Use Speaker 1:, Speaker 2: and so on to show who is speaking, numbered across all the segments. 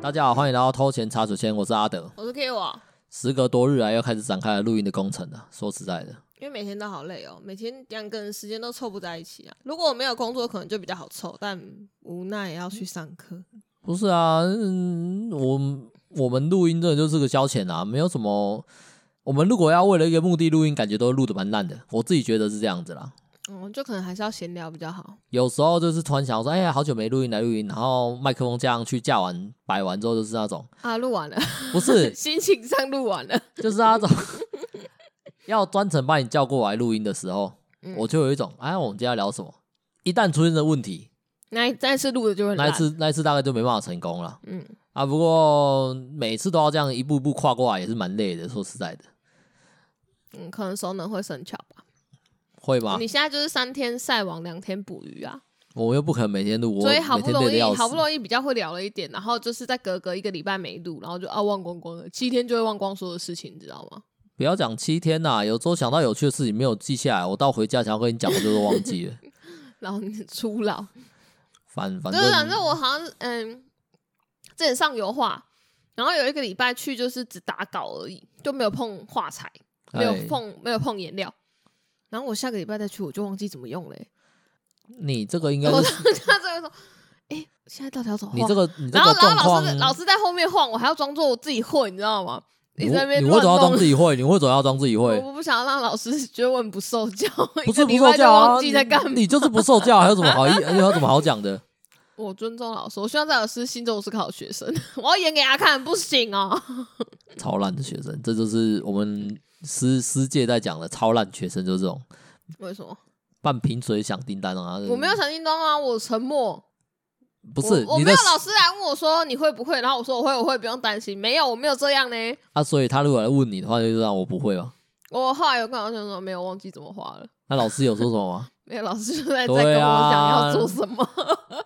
Speaker 1: 大家好，欢迎来到偷钱茶水间，我是阿德。
Speaker 2: 我是 K 我，
Speaker 1: 时隔多日来，啊又开始展开了录音的工程了。说实在的，
Speaker 2: 因为每天都好累哦，每天两个人时间都凑不在一起啊。如果我没有工作，可能就比较好凑，但无奈也要去上课。
Speaker 1: 不是啊，嗯，我们我们录音真的就是个消遣啊，没有什么。我们如果要为了一个目的录音，感觉都录的蛮烂的。我自己觉得是这样子啦。
Speaker 2: 嗯，就可能还是要闲聊比较好。
Speaker 1: 有时候就是突然想要说，哎呀，好久没录音来录音，然后麦克风架上去架完摆完之后，就是那种
Speaker 2: 啊，录完了，
Speaker 1: 不是
Speaker 2: 心情上录完了。
Speaker 1: 就是那种 要专程把你叫过来录音的时候，
Speaker 2: 嗯
Speaker 1: 我就有一种，哎，我们今天要聊什么？一旦出现的问题，
Speaker 2: 那一那一次录的就会
Speaker 1: 那一
Speaker 2: 烂，
Speaker 1: 次那一次大概就没办法成功了
Speaker 2: 嗯，
Speaker 1: 啊。不过每次都要这样一步一步跨过来，也是蛮累的。说实在的，
Speaker 2: 嗯，可能熟能会生巧吧。
Speaker 1: 会吗
Speaker 2: 你？现在就是三天晒网，两天捕鱼啊，
Speaker 1: 我又不可能每天录，我
Speaker 2: 所以好
Speaker 1: 每
Speaker 2: 不
Speaker 1: 天
Speaker 2: 容
Speaker 1: 累得
Speaker 2: 易
Speaker 1: 要死
Speaker 2: 好。不容易比较会聊了一点，然后就是在隔个一个礼拜没录，然后就啊忘光光了，七天就会忘光所有事情，你知道吗？
Speaker 1: 不要讲七天呐、有时候想到有趣的事情没有记下来，我到回家想要跟你讲，我就都忘记了。
Speaker 2: 然后你 初老，
Speaker 1: 反反
Speaker 2: 就是反
Speaker 1: 正
Speaker 2: 正啊我好像嗯，之前上油画，然后有一个礼拜去就是只打稿而已，就没有碰画材，没有
Speaker 1: 哎
Speaker 2: 碰没有碰颜料。然后我下个礼拜再去，我就忘记怎么用嘞、
Speaker 1: 你这个应该
Speaker 2: 我
Speaker 1: 是
Speaker 2: 当下这个说，哎、现在到底要怎么
Speaker 1: 你
Speaker 2: 画？
Speaker 1: 这个你这
Speaker 2: 然
Speaker 1: 个
Speaker 2: 后
Speaker 1: 状
Speaker 2: 然后老
Speaker 1: 况，
Speaker 2: 师老师在后面晃，我还要装作我自己会，你知道吗？
Speaker 1: 你
Speaker 2: 一直在那边
Speaker 1: 你为
Speaker 2: 乱
Speaker 1: 什么要装
Speaker 2: 弄
Speaker 1: 自。己会？你为什么要装自己会？
Speaker 2: 我不想要让老师 觉得我很不受教，
Speaker 1: 不
Speaker 2: 一
Speaker 1: 是
Speaker 2: 个
Speaker 1: 不
Speaker 2: 礼
Speaker 1: 受
Speaker 2: 拜就
Speaker 1: 教啊，
Speaker 2: 忘
Speaker 1: 你
Speaker 2: 记在干嘛。
Speaker 1: 你就是不受教，还有什么好意？还有什么好讲的？
Speaker 2: 我尊重老师，我希望在老师心中我是个好学生， 我要演给他看，不行哦。
Speaker 1: 超烂的学生，这就是我们师师界在讲的超烂学生，就是这种
Speaker 2: 为什么？
Speaker 1: 半瓶水响叮当啊。
Speaker 2: 我没有，想叮咚啊，我沉默。
Speaker 1: 不是
Speaker 2: 我我
Speaker 1: 你
Speaker 2: 没
Speaker 1: 的
Speaker 2: 有老师来问我说你会不会，然后我说我会，我会，不用担心。没有，我没有这样呢。
Speaker 1: 啊，所以他如果来问你的话，就是让我不会嘛。
Speaker 2: 我后来有跟老师说没有，忘记怎么画了。
Speaker 1: 那老师有说什么 吗？
Speaker 2: 没有，老师就在、在
Speaker 1: 对
Speaker 2: 跟
Speaker 1: 啊
Speaker 2: 我讲要做什么。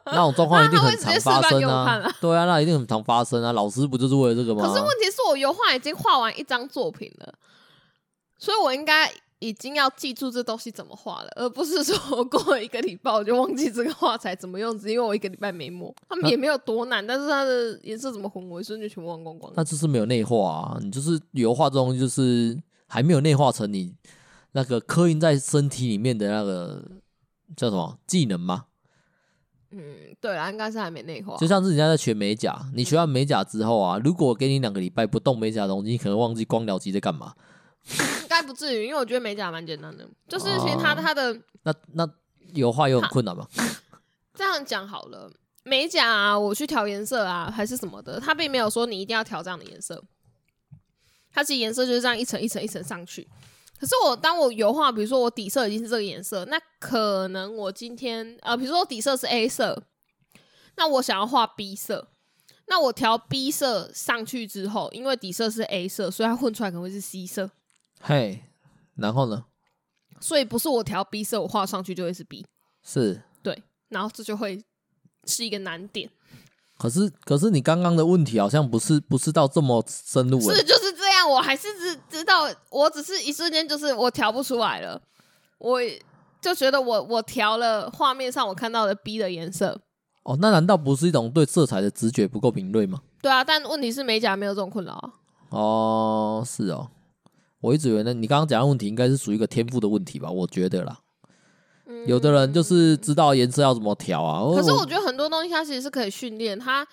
Speaker 1: 那种状况一定很常发
Speaker 2: 那他会直接示范
Speaker 1: 生
Speaker 2: 给我看
Speaker 1: 啊
Speaker 2: 啊。
Speaker 1: 对啊，那一定很常发生啊。老师不就是为了这个吗
Speaker 2: 可？是问题是我油画已经画完一张作品了，所以我应该已经要记住这东西怎么画了，而不是说我过了一个礼拜我就忘记这个画材怎么用，只因为我一个礼拜没摸。他们也没有多难，但是它的颜色怎么混，我一瞬间全部忘光光了。
Speaker 1: 那就是没有内化啊。你就是油画这种，就是还没有内化成你那个刻印在身体里面的那个叫什么技能吗？
Speaker 2: 嗯，对啦，应该是还没内化。
Speaker 1: 就像是人家在学美甲，你学完美甲之后啊，如果给你两个礼拜不动美甲的东西，你可能忘记光疗机在干嘛。
Speaker 2: 应该不至于，因为我觉得美甲蛮简单的，就是其实它
Speaker 1: 哦
Speaker 2: 它的
Speaker 1: 那那油画也很困难嘛？
Speaker 2: 这样讲好了，美甲啊，我去调颜色啊，还是什么的，它并没有说你一定要调这样的颜色，它其实颜色就是这样一层一层一层上去。可是我当我油画，比如说我底色已经是这个颜色，那可能我今天呃，比如说我底色是 A 色，那我想要画 B 色，那我调 B 色上去之后，因为底色是 A 色，所以它混出来可能会是 C 色，
Speaker 1: 嘿，然后呢？
Speaker 2: 所以不是我调 B 色，我画上去就会是 B，
Speaker 1: 是，
Speaker 2: 然后这就会是一个难点。
Speaker 1: 可是可是你刚刚的问题好像不是不是到这么深入欸
Speaker 2: 是就是这样，我还是只知道，我只是一瞬间就是我调不出来了，我就觉得我我调了画面上我看到的 B 的颜色，
Speaker 1: 哦，那难道不是一种对色彩的直觉不够敏锐吗？
Speaker 2: 对啊，但问题是美甲没有这种困扰啊，
Speaker 1: 哦，是哦，我一直以为呢，你刚刚讲的问题应该是属于一个天赋的问题吧？我觉得啦，
Speaker 2: 嗯
Speaker 1: 有的人就是知道颜色要怎么调啊。
Speaker 2: 可是
Speaker 1: 哦
Speaker 2: 我觉得很多东西它其实是可以训练，它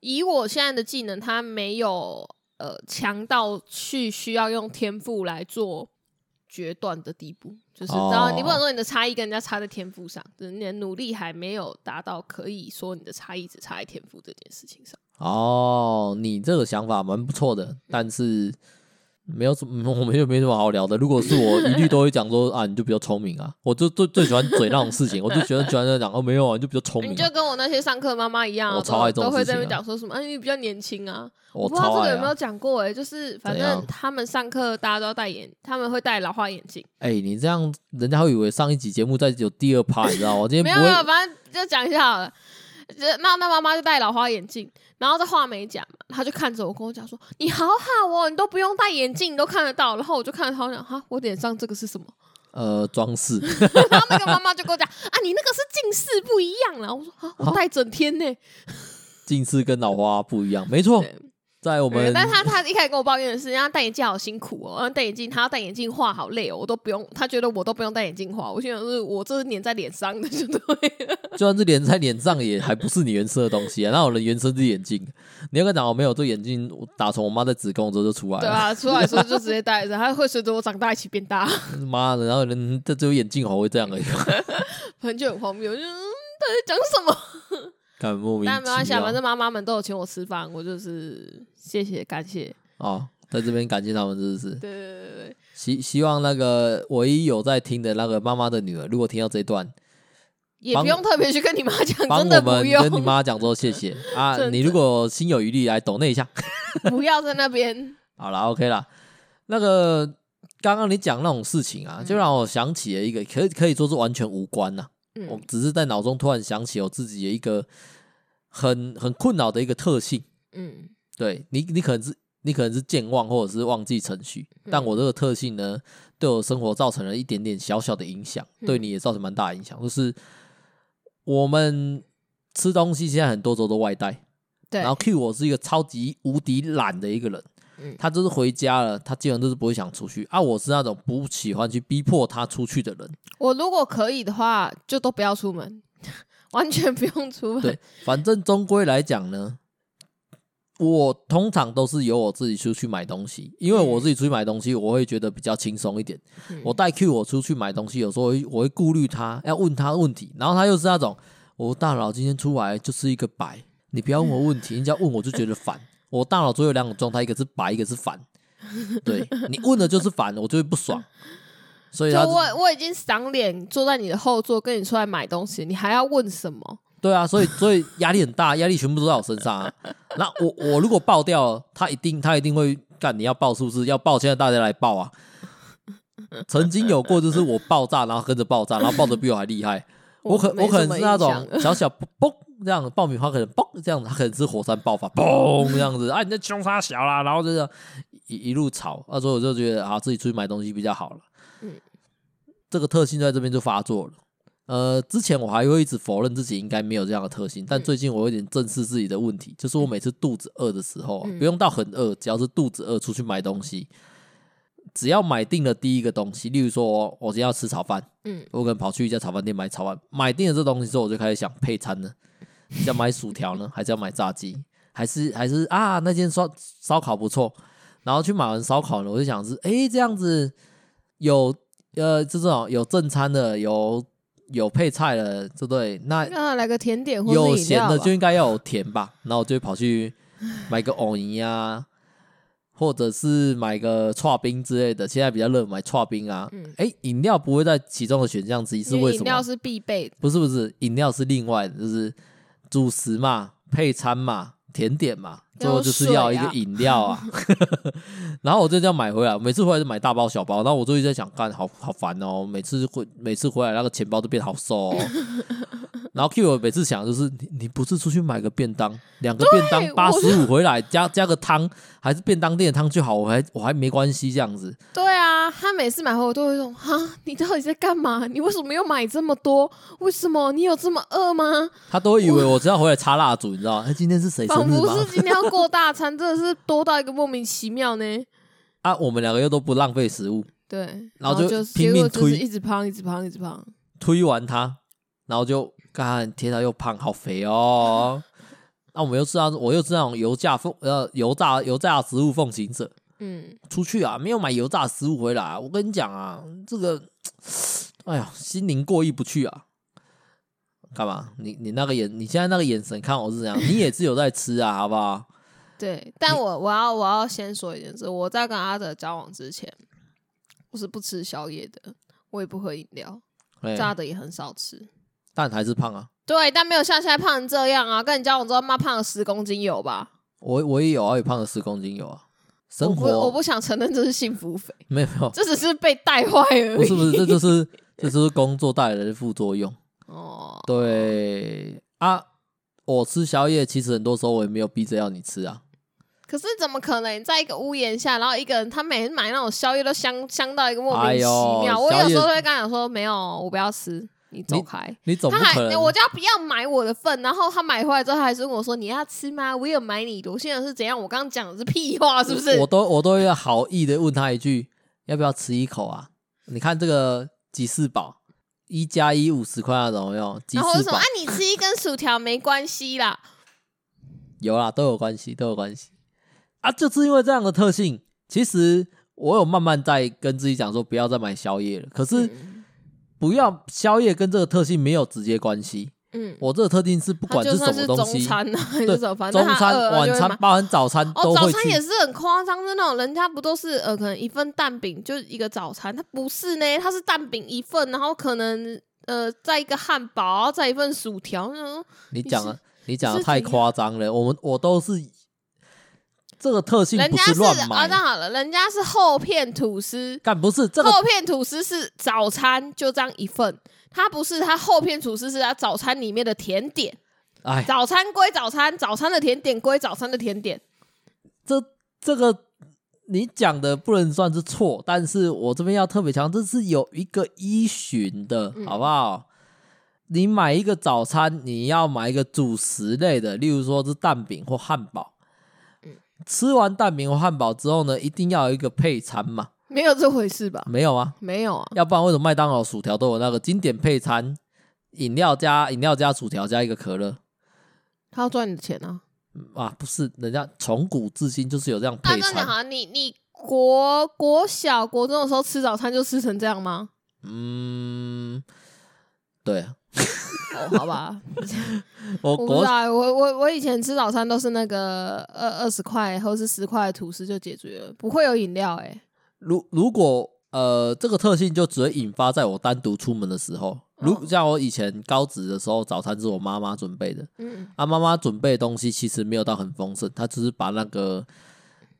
Speaker 2: 以我现在的技能，它没有呃强到去需要用天赋来做决断的地步，就是
Speaker 1: 哦
Speaker 2: 知道、你不能说你的差异跟人家差在天赋上，就是你的努力还没有达到可以说你的差异只差在天赋这件事情上。
Speaker 1: 哦，你这个想法蛮不错的，但是没有什么， 我们就没什么好聊的。如果是我，一律都会讲说啊，你就比较聪明啊。我就最最喜欢嘴那种事情，我就觉得喜欢在讲哦，没有啊，你就比较聪
Speaker 2: 你
Speaker 1: 明、
Speaker 2: 就
Speaker 1: 啊。
Speaker 2: 跟我那些上课妈妈一样啊、
Speaker 1: 我
Speaker 2: 都
Speaker 1: 超爱这种
Speaker 2: 都会
Speaker 1: 事
Speaker 2: 在那
Speaker 1: 情
Speaker 2: 边
Speaker 1: 啊
Speaker 2: 讲说什么，啊，你比较年轻啊，
Speaker 1: 我
Speaker 2: 不知道
Speaker 1: 超
Speaker 2: 这
Speaker 1: 爱、
Speaker 2: 个有没有
Speaker 1: 啊。
Speaker 2: 讲过哎、就是反
Speaker 1: 怎样
Speaker 2: 正他们上课大家都要戴眼，他们会戴老花眼镜。
Speaker 1: 哎、你这样人家会以为上一集节目再有第二趴，你知 道吗？我今天
Speaker 2: 没
Speaker 1: 不
Speaker 2: 有
Speaker 1: 会
Speaker 2: 没有，反正就讲一下好了。就那那妈妈就戴老花眼镜，然后在画美甲嘛，她就看着我跟我讲说：“你好好哦，你都不用戴眼镜，你都看得到。”然后我就看着她我讲：“哈，我脸上这个是 什么
Speaker 1: 呃装饰。？”
Speaker 2: 然后那个妈妈就跟我讲：“啊，你那个是近视不一样了。”我说：“啊，我戴整天呢、
Speaker 1: 近视跟老花不一样，没错
Speaker 2: 对。
Speaker 1: 在我
Speaker 2: 对
Speaker 1: 们
Speaker 2: 但是他他一开始跟我抱怨的是，人家戴眼镜好辛苦哦，然后戴眼镜，他要戴眼镜画好累哦，我都不用，他觉得我都不用戴眼镜画，我心想是我这是粘在脸上的，就
Speaker 1: 哎
Speaker 2: 对了。
Speaker 1: 就算是脸在脸上，也还不是你原生的东西啊！哪有人原生是眼镜？你要跟他讲我哦没有这眼镜，我打从我妈在子宫之后就出来
Speaker 2: 对
Speaker 1: 了。
Speaker 2: 啊，出来的时候就直接戴着，他会随着我长大一起变大，
Speaker 1: 妈的，然后人这只有眼镜好会这样而已，
Speaker 2: 反正就很荒谬，我就嗯，到底在讲什么？
Speaker 1: 看莫名
Speaker 2: 但没关
Speaker 1: 其
Speaker 2: 系啊，反
Speaker 1: 妙
Speaker 2: 正妈妈们都有请我吃饭，我就是谢谢感谢。
Speaker 1: 啊！在这边感谢他们，真的是
Speaker 2: 对对对对对，
Speaker 1: 希希望那个唯一有在听的那个妈妈的女儿，如果听到这一段，
Speaker 2: 也
Speaker 1: 帮
Speaker 2: 不用特别去跟你妈讲，
Speaker 1: 帮
Speaker 2: 真
Speaker 1: 我
Speaker 2: 的不
Speaker 1: 们
Speaker 2: 用，
Speaker 1: 跟你妈讲说谢谢啊！
Speaker 2: 真
Speaker 1: 你如果心有余力来抖那一下，
Speaker 2: 不要在那边。
Speaker 1: 好啦 o k 啦。那个刚刚你讲那种事情
Speaker 2: 嗯
Speaker 1: 啊，就让我想起了一个，可以可以说是完全无关呐、 啊我
Speaker 2: 嗯
Speaker 1: 只是在脑中突然想起我自己的一个很很困扰的一个特性。
Speaker 2: 嗯
Speaker 1: 对你，你可能是你可能是健忘或者是忘记程序，但
Speaker 2: 嗯
Speaker 1: 我这个特性呢，对我生活造成了一点点小小的影响，对
Speaker 2: 嗯
Speaker 1: 你也造成蛮大的影响。就是我们吃东西现在很多时候都外带，
Speaker 2: 对
Speaker 1: 然后 Q 我是一个超级无敌懒的一个人
Speaker 2: 嗯。
Speaker 1: 他就是回家了，他基本上都是不会想出去啊。我是那种不喜欢去逼迫他出去的人，
Speaker 2: 我如果可以的话，就都不要出门， 完全不用出门
Speaker 1: 对。，反正终归来讲呢，我通常都是由我自己出去买东西，因为我自己出去买东西，我会觉得比较轻松一点。
Speaker 2: 嗯
Speaker 1: 我带 Q 我出去买东西，有时候我会我会顾虑他，要问他问题，然后他又是那种我大脑今天出来就是一个白，你不要问我问题，你只要问我就觉得烦。我大脑只有两种状态，一个是白，一个是烦。对你问了就是烦，我就会不爽。所以
Speaker 2: 就
Speaker 1: 他
Speaker 2: 我我已经赏脸坐在你的后座，跟你出来买东西，你还要问什么？
Speaker 1: 对啊，所以所以压力很大，压力全部都在我身上啊。那我我如果爆掉了，他一定他一定会干，你要爆是不是？要爆，现在大家来爆啊！曾经有过，就是我爆炸，然后跟着爆炸，然后爆的比我还厉害。我可
Speaker 2: 没
Speaker 1: 我可
Speaker 2: 什
Speaker 1: 能
Speaker 2: 么
Speaker 1: 是那
Speaker 2: 印象
Speaker 1: 种小小嘣这样，爆米花可能嘣这样子，他可能是火山爆发嘣这样子啊，你在凶杀小啦，然后就是一一路吵，啊，所以我就觉得啊，自己出去买东西比较好了。
Speaker 2: 嗯
Speaker 1: 这个特性在这边就发作了。呃，之前我还会一直否认自己应该没有这样的特性，但最近我有点正视自己的问题，就是我每次肚子饿的时候啊、
Speaker 2: 嗯
Speaker 1: 不用到很饿，只要是肚子饿出去买东西，只要买定了第一个东西，例如说我我今天要吃炒饭，
Speaker 2: 嗯
Speaker 1: 我可能跑去一家炒饭店买炒饭，买定了这东西之后，我就开始想配餐了，要买薯条呢，还 是要买炸鸡，还是还是啊那间烧烧烤不错，然后去买完烧烤呢，我就想是诶，这样子有呃就这种有正餐的，有有配菜的，对不对？那
Speaker 2: 那来个甜点或是
Speaker 1: 有
Speaker 2: 饮
Speaker 1: 咸
Speaker 2: 料
Speaker 1: 的
Speaker 2: 吧
Speaker 1: 就应该要有甜吧，然后我就会跑去买个藕泥啊，或者是买个刨冰之类的。现在比较热买刨冰啊，哎、饮料不会在其中的选项之一，是
Speaker 2: 嗯因
Speaker 1: 为
Speaker 2: 饮
Speaker 1: 什
Speaker 2: 料
Speaker 1: 么？
Speaker 2: 是必备的。
Speaker 1: 不是不是，饮料是另外的，就是主食嘛，配餐嘛，甜点嘛，最后就是要一个饮料啊。 然后我就这样买回来，每次回来就买大包小包，然后我就一直在想，干好好烦哦，每次回每次回来那个钱包都变好瘦 哦。然后 Q 我每次想就是你你不是出去买个便当，两个便
Speaker 2: 对
Speaker 1: 当八
Speaker 2: 我
Speaker 1: 十五回来加加个汤，还是便当店的汤就好，我还我还没关系这样子。
Speaker 2: 对啊，他每次买回我都有一种哈，你到底在干嘛？你为什么要买这么多？为什么你有这么饿吗？
Speaker 1: 他都会以为我只要回来插蜡烛，你知道吗？哎，今天是谁生
Speaker 2: 仿
Speaker 1: 日
Speaker 2: 佛
Speaker 1: 吗？
Speaker 2: 是今天要过大餐， 真的是多到一个莫名其妙呢。
Speaker 1: 啊，我们两个又都不浪费食物，
Speaker 2: 对，
Speaker 1: 然后
Speaker 2: 就
Speaker 1: 就
Speaker 2: 结
Speaker 1: 拼
Speaker 2: 果
Speaker 1: 命
Speaker 2: 就是
Speaker 1: 推
Speaker 2: 一直胖，一直胖，一直胖。
Speaker 1: 推完它，然后就看天啊，又胖，好肥哦。 那我们又知道，我又知道油炸奉呃油炸油炸食物奉行者
Speaker 2: 嗯，
Speaker 1: 出去啊，没有买油炸食物回来啊、我跟你讲啊，这个，哎呀，心灵过意不去啊。干嘛？你你那个眼，你现在那个眼神看我是怎样？你也是有在吃啊， 好不好？
Speaker 2: 对。但我我要我要先说一件事，我在跟阿德交往之前，我是不吃宵夜的，我也不喝饮料，
Speaker 1: 哎，
Speaker 2: 炸的也很少吃。
Speaker 1: 但还是胖啊。
Speaker 2: 对，但没有像现在胖成这样啊！跟你交往之后，妈胖了十公斤有吧？
Speaker 1: 我我也有啊，也胖了十公斤有啊。生活
Speaker 2: 我不我不想承认这是幸福肥，
Speaker 1: 没有没有，
Speaker 2: 这只是被带坏而已。
Speaker 1: 不是不是，这就是这就是工作带来的副作用。
Speaker 2: 哦，
Speaker 1: 对啊，我吃宵夜，其实很多时候我也没有逼着要你吃啊。
Speaker 2: 可是怎么可能？你在一个屋檐下，然后一个人他每天买那种宵夜都香香到一个莫
Speaker 1: 哎
Speaker 2: 名其
Speaker 1: 呦
Speaker 2: 妙。我
Speaker 1: 宵
Speaker 2: 有
Speaker 1: 夜
Speaker 2: 时候都会跟他讲说，没有，我不要吃。你走开。
Speaker 1: 你总不
Speaker 2: 他还
Speaker 1: 可能
Speaker 2: 我就要不要买我的份，然后他买回来之后，他还是问我说：“你要吃吗？我有买你的。”我现在是怎样？我刚刚讲的是屁话，是不是？
Speaker 1: 我都我都要好意的问他一句，要不要吃一口啊？你看这个吉士堡，一加一五十块那种有没有？吉
Speaker 2: 然后我就
Speaker 1: 士
Speaker 2: 说：“
Speaker 1: 堡
Speaker 2: 啊，你吃一根薯条没关系啦。
Speaker 1: 有啦，都有关系，都有关系啊！就是因为这样的特性，其实我有慢慢在跟自己讲说，不要再买宵夜了。可是
Speaker 2: 嗯
Speaker 1: 不要宵夜跟这个特性没有直接关系，”
Speaker 2: 嗯，
Speaker 1: 我这个特性是不
Speaker 2: 他
Speaker 1: 管
Speaker 2: 就
Speaker 1: 什
Speaker 2: 算
Speaker 1: 么
Speaker 2: 是
Speaker 1: 东
Speaker 2: 中
Speaker 1: 西，
Speaker 2: 餐啊，还
Speaker 1: 对
Speaker 2: 是什么，反
Speaker 1: 中
Speaker 2: 正他
Speaker 1: 餐、
Speaker 2: 饿了
Speaker 1: 晚
Speaker 2: 就会
Speaker 1: 餐
Speaker 2: 买。
Speaker 1: 包含早餐
Speaker 2: 哦，
Speaker 1: 都
Speaker 2: 早
Speaker 1: 会
Speaker 2: 餐也
Speaker 1: 去。
Speaker 2: 是很夸张，是那种人家不都是呃，可能一份蛋饼就一个早餐，他不是呢，他是蛋饼一份，然后可能呃，再一个汉堡，然后再一份薯条，那种
Speaker 1: 你
Speaker 2: 你
Speaker 1: 讲
Speaker 2: 是
Speaker 1: 的你讲
Speaker 2: 是
Speaker 1: 的太
Speaker 2: 怎样
Speaker 1: 夸张了，我们我都是这个特性
Speaker 2: 人
Speaker 1: 不
Speaker 2: 家是
Speaker 1: 乱
Speaker 2: 啊，
Speaker 1: 买，
Speaker 2: 那好了，人家是厚片吐司，
Speaker 1: 干不 是这个
Speaker 2: 厚片吐司是早餐就这样一份，它不是它厚片吐司是它早餐里面的甜点，
Speaker 1: 哎，
Speaker 2: 早餐归早餐，早餐的甜点归早餐的甜点，
Speaker 1: 这这个你讲的不能算是错，但是我这边要特别强调，这是有一个依循的，
Speaker 2: 嗯
Speaker 1: 好不好？你买一个早餐，你要买一个主食类的，例如说是蛋饼或汉堡。
Speaker 2: 嗯
Speaker 1: 吃完蛋饼或汉堡之后呢，一定要有一个配餐嘛？
Speaker 2: 没有这回事吧？
Speaker 1: 没有啊？
Speaker 2: 没有啊，
Speaker 1: 要不然为什么麦当劳薯条都有那个经典配餐，饮料加饮料加薯条加一个可乐？
Speaker 2: 他要赚你的钱啊。
Speaker 1: 啊，不是，人家从古至今就是有这样
Speaker 2: 啊那
Speaker 1: 配
Speaker 2: 这样
Speaker 1: 餐
Speaker 2: 讲。好，你你国国小国中的时候吃早餐就吃成这样吗？
Speaker 1: 嗯，对啊，
Speaker 2: 哦，好吧，
Speaker 1: 我
Speaker 2: 我不知
Speaker 1: 国
Speaker 2: 道欸，我我我以前吃早餐都是那个二二十块或是十块的吐司就解决了，不会有饮料哎、
Speaker 1: 如如果呃这个特性就只会引发在我单独出门的时候，如
Speaker 2: 嗯
Speaker 1: 像我以前高职的时候，早餐是我妈妈准备的，
Speaker 2: 嗯，
Speaker 1: 啊，妈妈准备的东西其实没有到很丰盛，她只是把那个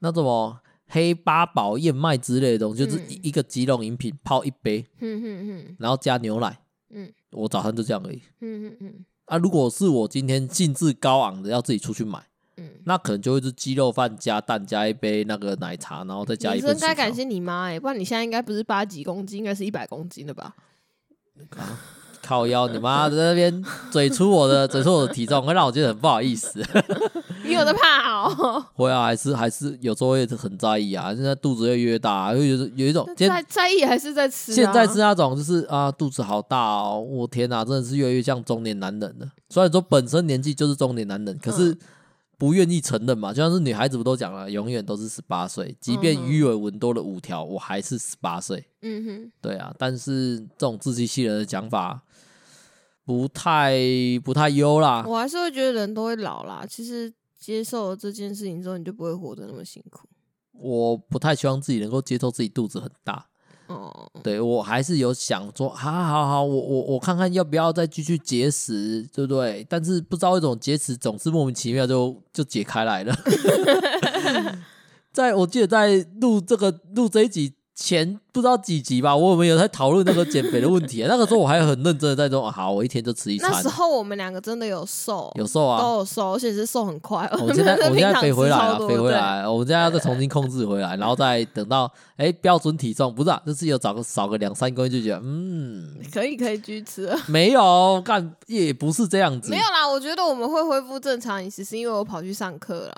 Speaker 1: 那什么黑八宝燕麦之类的东西，就是
Speaker 2: 嗯
Speaker 1: 一一个即溶饮品泡一杯，
Speaker 2: 哼哼哼，
Speaker 1: 然后加牛奶，
Speaker 2: 嗯
Speaker 1: 我早餐就这样而已。
Speaker 2: 嗯嗯嗯
Speaker 1: 啊，如果是我今天兴致高昂的要自己出去买，
Speaker 2: 嗯，
Speaker 1: 那可能就会是鸡肉饭加蛋加一杯那个奶茶，然后再加一
Speaker 2: 你
Speaker 1: 份
Speaker 2: 真
Speaker 1: 薯
Speaker 2: 该感
Speaker 1: 条。
Speaker 2: 谢你妈哎、不然你现在应该不是八几公斤，应该是一百公斤的 吧？
Speaker 1: 靠 腰，你妈在那边嘴出我的 嘴出我的体重，会让我觉得很不好意思。
Speaker 2: 你有在怕 哦、
Speaker 1: 会啊，还是还是有时候会很在意啊，现在肚子越来越大、啊，会有有一种今
Speaker 2: 在
Speaker 1: 天
Speaker 2: 在意还是在吃、啊？
Speaker 1: 现在是那种就是啊肚子好大哦，我天哪、真的是越来越像中年男人了。虽然说本身年纪就是中年男人，可是。不愿意承认嘛，就像是女孩子不都讲了，永远都是十八岁，即便
Speaker 2: 嗯哼
Speaker 1: 鱼尾纹多了五条，我还是十八岁。
Speaker 2: 嗯哼，
Speaker 1: 对啊，但是这种自欺欺人的讲法不太不太优啦。
Speaker 2: 我还是会觉得人都会老啦。其实接受了这件事情之后，你就不会活得那么辛苦。
Speaker 1: 我不太希望自己能够接受自己肚子很大，
Speaker 2: 哦，
Speaker 1: 对我还是有想说，好好好，我我我看看要不要再继续节食，对不对？但是不知道为什么节食总是莫名其妙就就解开来了。 在我记得在录这个录这一集前不知道几集吧，我们有在讨论那个减肥的问题。啊那个时候我还很认真的在说，啊好，我一天就吃一餐
Speaker 2: 那，时候我们两个真的有瘦，
Speaker 1: 有瘦啊，哦
Speaker 2: 都有瘦，而且是瘦很快。
Speaker 1: 我们现在我们
Speaker 2: 平
Speaker 1: 现在
Speaker 2: 常
Speaker 1: 飞回
Speaker 2: 吃
Speaker 1: 来
Speaker 2: 超
Speaker 1: 了，
Speaker 2: 多
Speaker 1: 飞回
Speaker 2: 对
Speaker 1: 来了，我们现在要再重新控制回来，然后再等到哎、标准体重，不是、啊，就是有找个少个两三公斤就觉得嗯
Speaker 2: 可以可以继续吃了。
Speaker 1: 没有干也不是这样子，
Speaker 2: 没有啦，我觉得我们会恢复正常饮食，是因为我跑去上课啦。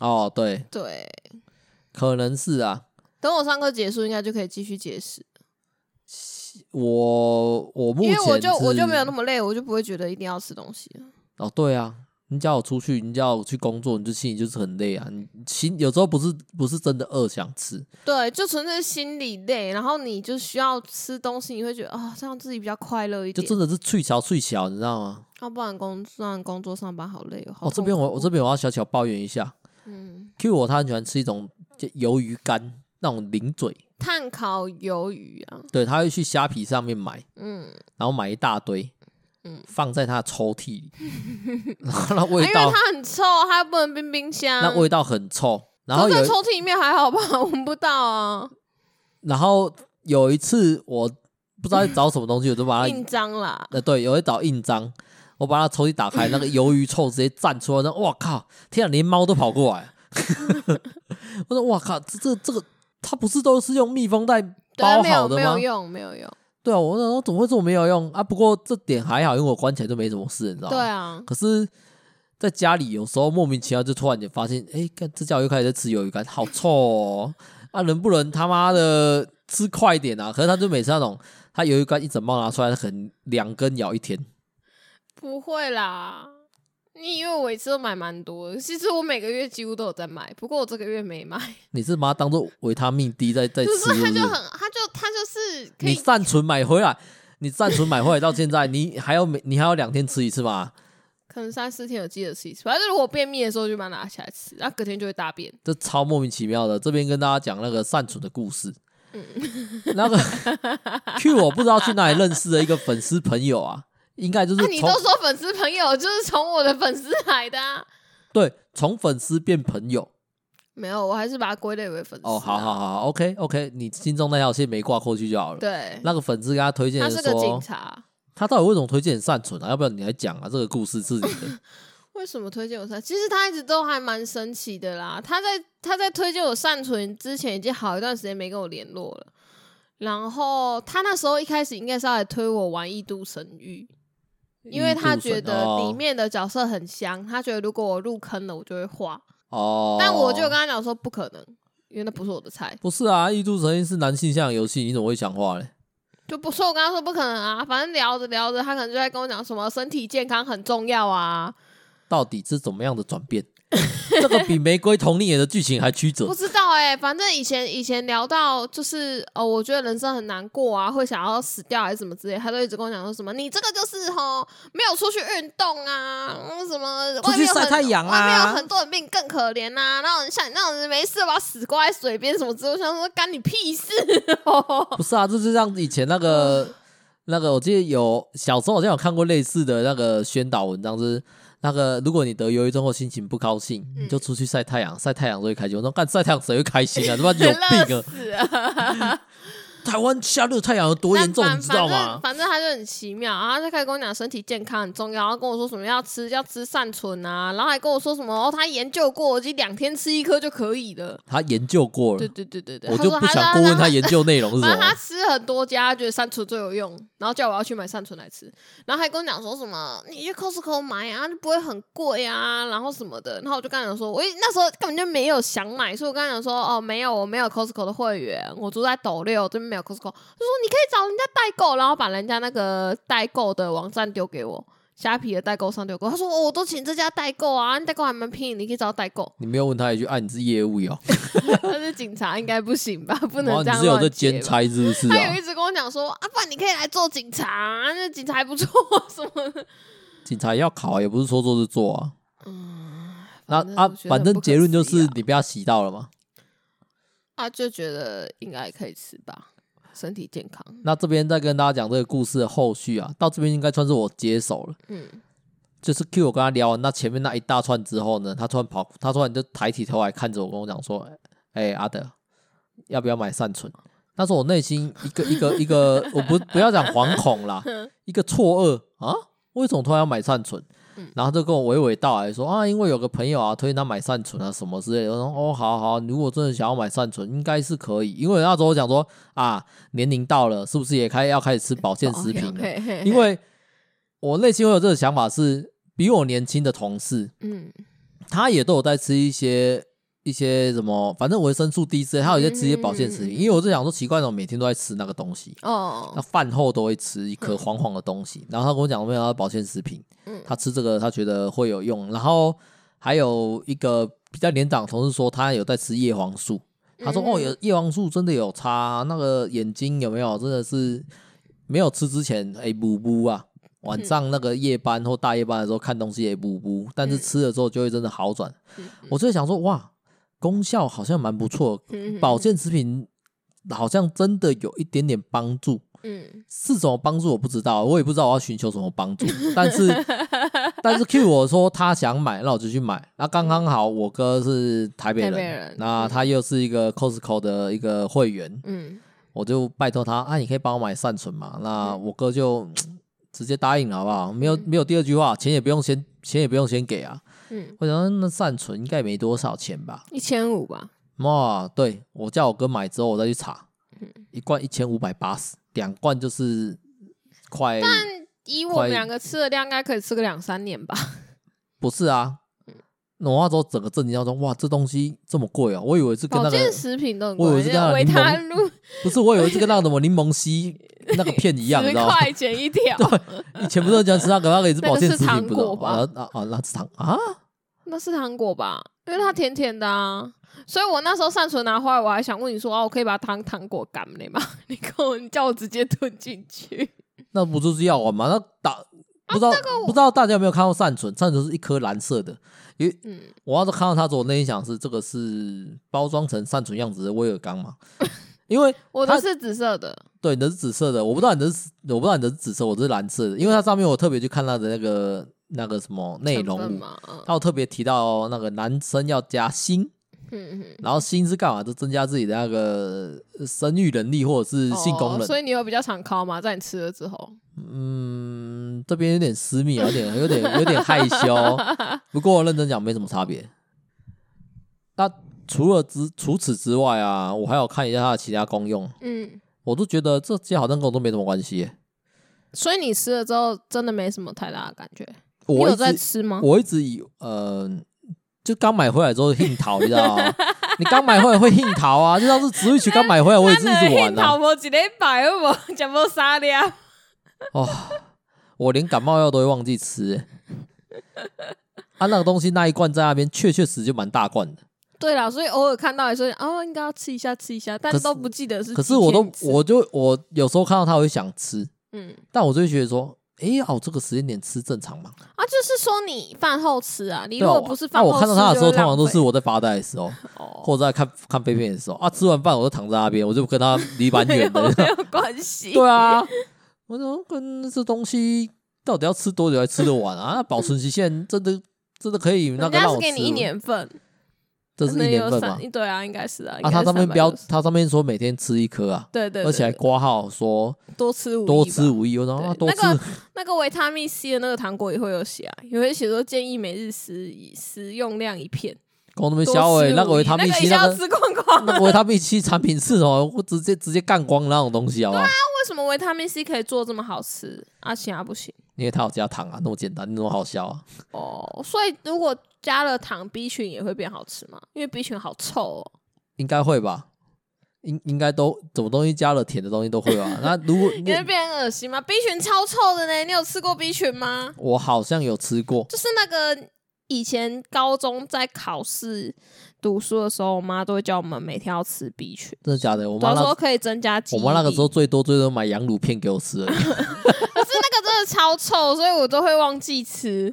Speaker 1: 哦，对，
Speaker 2: 对，
Speaker 1: 可能是啊，
Speaker 2: 等我上课结束，应该就可以继续节食，
Speaker 1: 我我目
Speaker 2: 因
Speaker 1: 前
Speaker 2: 为我就我
Speaker 1: 是
Speaker 2: 就没有那么累，我就不会觉得一定要吃东西了。
Speaker 1: 哦，对啊，你叫我出去，你叫我去工作，你就心里就是很累啊，你心有时候不是不是真的饿想吃，
Speaker 2: 对，就纯粹是心理累，然后你就需要吃东西，你会觉得啊、这样自己比较快乐一
Speaker 1: 就
Speaker 2: 点。
Speaker 1: 真的是脆小脆小，你知道吗？
Speaker 2: 要、不然工不然工作上班好累哦。好
Speaker 1: 哦，这边
Speaker 2: 痛
Speaker 1: 我
Speaker 2: 苦
Speaker 1: 我这边我要小小抱怨一下，
Speaker 2: 嗯，
Speaker 1: Q 我他很喜欢吃一种就鱿鱼干那种零嘴，
Speaker 2: 碳烤鱿鱼啊，
Speaker 1: 对，他会去虾皮上面买，
Speaker 2: 嗯，
Speaker 1: 然后买一大堆，
Speaker 2: 嗯
Speaker 1: 放在他的抽屉 里，然后那
Speaker 2: 啊
Speaker 1: 味
Speaker 2: 因为
Speaker 1: 道、
Speaker 2: 它很臭，它又不能冰冰箱。
Speaker 1: 那味道很臭，然后
Speaker 2: 可是
Speaker 1: 有
Speaker 2: 在抽屉里面还好吧，闻不到啊，
Speaker 1: 然后有一次我不知道在找什么东西，我就把它
Speaker 2: 印章啦。
Speaker 1: 呃，对，有一找印章，我把它抽屉打开，那个鱿鱼臭直接站出来，那哇靠，天啊，连猫都跑过来， 我说哇靠，这这这个，它不是都是用密封袋
Speaker 2: 对啊，
Speaker 1: 包
Speaker 2: 没有
Speaker 1: 好的
Speaker 2: 没
Speaker 1: 吗
Speaker 2: 有？用，没有用。
Speaker 1: 对啊，我那时候怎么会做没有用啊？不过这点还好，因为我关起来就没什么事，你知道吗？
Speaker 2: 对啊，
Speaker 1: 可是，在家里有时候莫名其妙就突然间发现，哎、看这家伙又开始在吃鱿鱼干，好臭哦！啊，能不能他妈的吃快一点啊？可是他就每次那种，他鱿鱼干一整包拿出来，他可能两根咬一天。
Speaker 2: 不会啦。你以为我一次都买蛮多的？其实我每个月几乎都有在买，不过我这个月没买。
Speaker 1: 你是把它当做维他命 D 在在 吃，
Speaker 2: 就是
Speaker 1: 不
Speaker 2: 是他
Speaker 1: 是
Speaker 2: 就？很，他就他就是可
Speaker 1: 你
Speaker 2: 以，
Speaker 1: 暂存买回来，你暂存买回来到现在，你还要每你还要两天吃一次吧？
Speaker 2: 可能三四天有记得吃一次。反正如果便秘的时候就把它拿起来吃，然后隔天就会大便。
Speaker 1: 这超莫名其妙的。这边跟大家讲那个善存的故事。
Speaker 2: 嗯
Speaker 1: 那 个 Q 我不知道去哪里认识的一个粉丝朋友啊，应该就是
Speaker 2: 啊，你
Speaker 1: 从、
Speaker 2: 都说粉丝朋友就是从我的粉丝来的、啊，
Speaker 1: 对从粉丝变朋友
Speaker 2: 没有，我还是把它归类为粉丝、啊
Speaker 1: 哦，好好，好好，OK OK，你心中那条线没挂过去就好了。
Speaker 2: 对，
Speaker 1: 那个粉丝跟他推荐
Speaker 2: 他
Speaker 1: 的
Speaker 2: 是个警
Speaker 1: 说，
Speaker 2: 察，
Speaker 1: 他到底为什么推荐你善存啊？要不然你来讲啊，这个故事是你 的。
Speaker 2: 为什么推荐我善？其实他一直都还蛮神奇的啦。他在他在推荐我善存之前，已经好一段时间没跟我联络了。然后他那时候一开始应该是要来推我玩《异度神域》，因为他觉得
Speaker 1: 哦
Speaker 2: 里面的角色很香，他觉得如果我入坑了，我就会画。
Speaker 1: 哦，
Speaker 2: 但我就跟他讲说不可能，因为那不是我的菜。
Speaker 1: 不是啊，《异度神域》是男性向的游戏，你怎么会想画嘞？
Speaker 2: 就不是我跟他说不可能啊，反正聊着聊着，他可能就在跟我讲什么身体健康很重要啊，
Speaker 1: 到底是怎么样的转变？ 这个比《玫瑰童年》的剧情还曲折
Speaker 2: 不。知道哎、反正以前以前聊到就是哦，我觉得人生很难过啊，会想要死掉还是什么之类，他都一直跟我讲说什么你这个就是吼没有出去运动啊，嗯什么
Speaker 1: 出
Speaker 2: 外
Speaker 1: 去
Speaker 2: 面有
Speaker 1: 晒
Speaker 2: 很
Speaker 1: 太阳啊
Speaker 2: 外面有很多人比你更可怜呐、啊，那种像你那种人没事我要死挂在水边什么之类，我想说干你屁事哦，
Speaker 1: 不是啊，这就像以前那 个那个，我记得有小时候好像有看过类似的那个宣导文章，就是那个如果你得忧郁症或心情不高兴，
Speaker 2: 嗯
Speaker 1: 你就出去晒太阳，晒太阳就会开心。我说干晒太阳谁会开 心啊？他妈有
Speaker 2: 乐
Speaker 1: 病啊！
Speaker 2: 死啊！
Speaker 1: 台湾夏日太阳有多严重，
Speaker 2: 但
Speaker 1: 你知道
Speaker 2: 反正
Speaker 1: 吗？
Speaker 2: 反正他就很奇妙，然后他就开始跟我讲身体健康很重要，然后跟我说什么要吃要吃善存啊，然后还跟我说什么哦，他研究过，我就两天吃一颗就可以了。
Speaker 1: 他研究过
Speaker 2: 对
Speaker 1: 了，
Speaker 2: 对对对对，
Speaker 1: 我
Speaker 2: 他
Speaker 1: 就
Speaker 2: 说
Speaker 1: 不想
Speaker 2: 他
Speaker 1: 过问他
Speaker 2: 他
Speaker 1: 研究内容是
Speaker 2: 反
Speaker 1: 什
Speaker 2: 正他
Speaker 1: 么。
Speaker 2: 吃很多家，觉得善存最有用，然后叫我要去买善存来吃，然后还跟我讲说什么你去 Costco 买啊，就不会很贵啊，然后什么的。然后我就跟他讲说，我一那时候根本就没有想买，所以我跟他讲说，哦，没有，我没有 Costco 的会员，我住在斗六，这边没有 Costco。他说你可以找人家代购，然后把人家那个代购的网站丢给我，虾皮的代购上丢给我。他说、哦、我都请这家代购啊，代购还蛮便宜，你可以找代购。
Speaker 1: 你没有问他一句，啊，你是业务哟，
Speaker 2: 他是警察，应该不行吧？不
Speaker 1: 然后哦
Speaker 2: 能这
Speaker 1: 你
Speaker 2: 样
Speaker 1: 是有
Speaker 2: 乱
Speaker 1: 在
Speaker 2: 接
Speaker 1: 兼
Speaker 2: 吧
Speaker 1: 差是不是
Speaker 2: 他
Speaker 1: 啊
Speaker 2: 有一？直跟我讲说啊，不然你可以来做警察、啊，那警察还不错什么的。
Speaker 1: 警察要考啊，也不是说做就做啊。
Speaker 2: 嗯，
Speaker 1: 那
Speaker 2: 正
Speaker 1: 啊
Speaker 2: 我觉，得
Speaker 1: 反
Speaker 2: 很
Speaker 1: 正
Speaker 2: 不可
Speaker 1: 结论就
Speaker 2: 思议
Speaker 1: 是
Speaker 2: 啊
Speaker 1: 你被他洗到了嘛。
Speaker 2: 啊，就觉得应该可以吃 吧，身体健康。
Speaker 1: 那这边再跟大家讲这个故事的后续啊，到这边应该算是我接手了。
Speaker 2: 嗯，
Speaker 1: 就是 Q 我跟他聊完那前面那一大串之后呢，他突然跑，他突然就抬起头来看着我，跟我讲说：“哎、阿德，要不要买善存？”那时候我内心一个一个一个，我不不要讲惶恐啦，一个错愕啊，为什么突然要买善存？然后就跟我娓娓道来说啊，因为有个朋友啊推荐他买善存啊什么之类的。我说哦，好好，如果真的想要买善存，应该是可以，因为那时候我讲说啊，年龄到了，是不是也开要开始吃保健食品了？
Speaker 2: 嘿哦嘿
Speaker 1: 因为我内心会有这个想法是，比我年轻的同事，
Speaker 2: 嗯，
Speaker 1: 他也都有在吃一些一些什么，反正维生素 D 之类，他有在吃一些保健食
Speaker 2: 嗯嗯
Speaker 1: 品。因为我就想说，奇怪，怎么每天都在吃那个东西？那
Speaker 2: 哦，
Speaker 1: 饭后都会吃一颗黄黄的东西，然后他跟我讲没有他保健食品
Speaker 2: 嗯，
Speaker 1: 他吃这个他觉得会有用，然后还有一个比较年长的同事说他有在吃叶黄素，他说
Speaker 2: 嗯
Speaker 1: 哦有叶黄素真的有差啊，那个眼睛有没有真的是没有吃之前哎补补啊，
Speaker 2: 嗯
Speaker 1: 晚上那个夜班或大夜班的时候看东西也补补，但是
Speaker 2: 嗯
Speaker 1: 吃了之后就会真的好转
Speaker 2: 嗯，
Speaker 1: 我就想说哇功效好像蛮不错，
Speaker 2: 嗯
Speaker 1: 保健食品好像真的有一点点帮助。
Speaker 2: 嗯，
Speaker 1: 是什么帮助我不知道，我也不知道我要寻求什么 帮助。但是，但是 Q 我说他想买，那我就去买。那刚刚好，我哥是台北人，
Speaker 2: 台北人
Speaker 1: 那他又是一个 Costco 的一个会员，
Speaker 2: 嗯
Speaker 1: 我就拜托他啊，你可以帮我买善存嘛？那我哥就嘖直接答应了，好不好？没有没有第二句话，钱也不用先，钱也不用先给啊。
Speaker 2: 嗯，
Speaker 1: 我想说那善存应该没多少钱吧？
Speaker 2: 一千五吧，嗯
Speaker 1: 哇，对我叫我哥买之后，我再去查，一罐一千五百八十，两罐就是快，
Speaker 2: 以我
Speaker 1: 快
Speaker 2: 们两个吃的量，应该可以吃个两三年吧。
Speaker 1: 不是啊？
Speaker 2: 嗯
Speaker 1: 我那时候整个震惊当中，哇，这东西这么贵啊！我以为是跟
Speaker 2: 保
Speaker 1: 那
Speaker 2: 健
Speaker 1: 个
Speaker 2: 食品都很
Speaker 1: 我以
Speaker 2: 贵，
Speaker 1: 为是那个
Speaker 2: 维
Speaker 1: 柠檬
Speaker 2: 他露
Speaker 1: 不是，我以为是跟那个什么柠檬 烯那个片一样，哦你
Speaker 2: 十
Speaker 1: 知道吗？
Speaker 2: 块钱一 条，
Speaker 1: 以前不是很喜欢吃那个，那个也是
Speaker 2: 那个
Speaker 1: 保健
Speaker 2: 是
Speaker 1: 食
Speaker 2: 糖
Speaker 1: 品，不是
Speaker 2: 果吧
Speaker 1: 吗？啊啊啊，那是糖啊！
Speaker 2: 那是糖果吧？因为它甜甜的啊。所以我那时候善存拿回来，我还想问你说，哦、我可以把它当糖果干的吗？ 你跟我，你叫我直接吞进去。
Speaker 1: 那不就是药丸吗？那打不
Speaker 2: 哦
Speaker 1: 知道、不知道大家有没有看过善存？善存是一颗蓝色的，因为
Speaker 2: 嗯，
Speaker 1: 我要是看到它之后，我内心想是这个是包装成善存样子的威尔刚 嘛？因为
Speaker 2: 我的
Speaker 1: 它
Speaker 2: 是紫色的，
Speaker 1: 对你的是紫色的，我不知道你的是我不知道你的是紫色，我的是蓝色的，因为它上面我特别去看它的那个那个什么内
Speaker 2: 成
Speaker 1: 容
Speaker 2: 分
Speaker 1: 物，
Speaker 2: 嘛，嗯
Speaker 1: 它有特别提到那个男生要加锌。
Speaker 2: 嗯嗯，
Speaker 1: 然后锌是干嘛？就增加自己的那个呃生育能力或者是
Speaker 2: 嗯
Speaker 1: 性功
Speaker 2: 哦
Speaker 1: 能。
Speaker 2: 所以你有比较常烤嘛？在你吃了之后，
Speaker 1: 嗯，这边有点私密，有点有点有点害羞。 不过认真讲，没什么差别。那除了之除此之外啊，我还有看一下它的其他功用，
Speaker 2: 嗯，
Speaker 1: 我都觉得这些好像跟我都没什么关系耶。
Speaker 2: 所以你吃了之后真的没什么太大的感觉。你
Speaker 1: 我一
Speaker 2: 有在
Speaker 1: 直
Speaker 2: 吃吗？
Speaker 1: 我一直以呃，就刚买回来之后硬淘，你知道吗？你刚买回来会硬淘啊，就像是植物曲刚买回来，我也是一直玩啊。
Speaker 2: 无一礼拜，我 无食无三粒。
Speaker 1: 哦，我连感冒药都会忘记吃欸。啊，那个东西那一罐在那边，确确实实就蛮大罐的。
Speaker 2: 对啦，所以偶尔看到也说哦，应该要吃一下吃一下，但
Speaker 1: 可是
Speaker 2: 都不记得是。
Speaker 1: 可是我都，我就我有时候看到它，我会想吃，
Speaker 2: 嗯
Speaker 1: 但我就会觉得说，诶，哦，这个时间点吃正常吗？
Speaker 2: 啊，就是说你饭后吃啊，你
Speaker 1: 对
Speaker 2: 如
Speaker 1: 啊，
Speaker 2: 果
Speaker 1: 我
Speaker 2: 不是
Speaker 1: 那
Speaker 2: 饭后吃，
Speaker 1: 我看到它的时候，通常都是
Speaker 2: 就会浪
Speaker 1: 我在发呆的时候，
Speaker 2: 费 哦，
Speaker 1: 或者在看看废片的时候啊。吃完饭我就躺在那边，我就跟它离蛮远的。
Speaker 2: 没有关系。
Speaker 1: 对啊，我说跟这东西到底要吃多久才吃得完啊？那保存期限真的真的可以那个
Speaker 2: 人家
Speaker 1: 让
Speaker 2: 是
Speaker 1: 我
Speaker 2: 给
Speaker 1: 吃
Speaker 2: 你一年份，
Speaker 1: 这是
Speaker 2: 可
Speaker 1: 一
Speaker 2: 能
Speaker 1: 年
Speaker 2: 有
Speaker 1: 份嘛？
Speaker 2: 三，对啊，应该是啊。
Speaker 1: 啊，它上面标
Speaker 2: 标，，
Speaker 1: 它上面说每天吃一颗啊，
Speaker 2: 对对，对
Speaker 1: 而且还
Speaker 2: 对
Speaker 1: 挂号说
Speaker 2: 多吃五，
Speaker 1: 多吃。无益，我说啊
Speaker 2: 对
Speaker 1: 多
Speaker 2: 那
Speaker 1: 吃
Speaker 2: 个那个维他命 C 的那个糖果也会有写啊，也会写说建议每日食以食用量一片。
Speaker 1: 光那边
Speaker 2: 多
Speaker 1: 消
Speaker 2: 吃
Speaker 1: 诶，那个
Speaker 2: 五
Speaker 1: 维
Speaker 2: 粒
Speaker 1: 他命
Speaker 2: 那个
Speaker 1: C
Speaker 2: 一下
Speaker 1: 那
Speaker 2: 要
Speaker 1: 个
Speaker 2: 吃光光。啊
Speaker 1: 那个维他命 C 产品是哦，我直接直接干光那种东西 好不好？
Speaker 2: 为什么维他命 C 可以做这么好吃，啊其他不行？
Speaker 1: 因为它有加糖啊，那么简单，那么好笑啊。
Speaker 2: 哦，所以如果加了糖，B 群也会变好吃吗？因为 B 群好臭哦，
Speaker 1: 应该会吧？应应该都什么东西加了甜的东西都会 吧？那如果
Speaker 2: 你会变很恶心吗？B 群超臭的呢，你有吃过 B 群吗？
Speaker 1: 我好像有吃过，
Speaker 2: 就是那个以前高中在考试读书的时候，我妈都会叫我们每天要吃 B 群，
Speaker 1: 真的假的？我妈
Speaker 2: 她
Speaker 1: 那
Speaker 2: 说可以增加记忆
Speaker 1: 我
Speaker 2: 力。
Speaker 1: 妈那个时候最多最多买羊乳片给我吃而 已。
Speaker 2: 可是那个真的超臭，所以我都会忘记吃，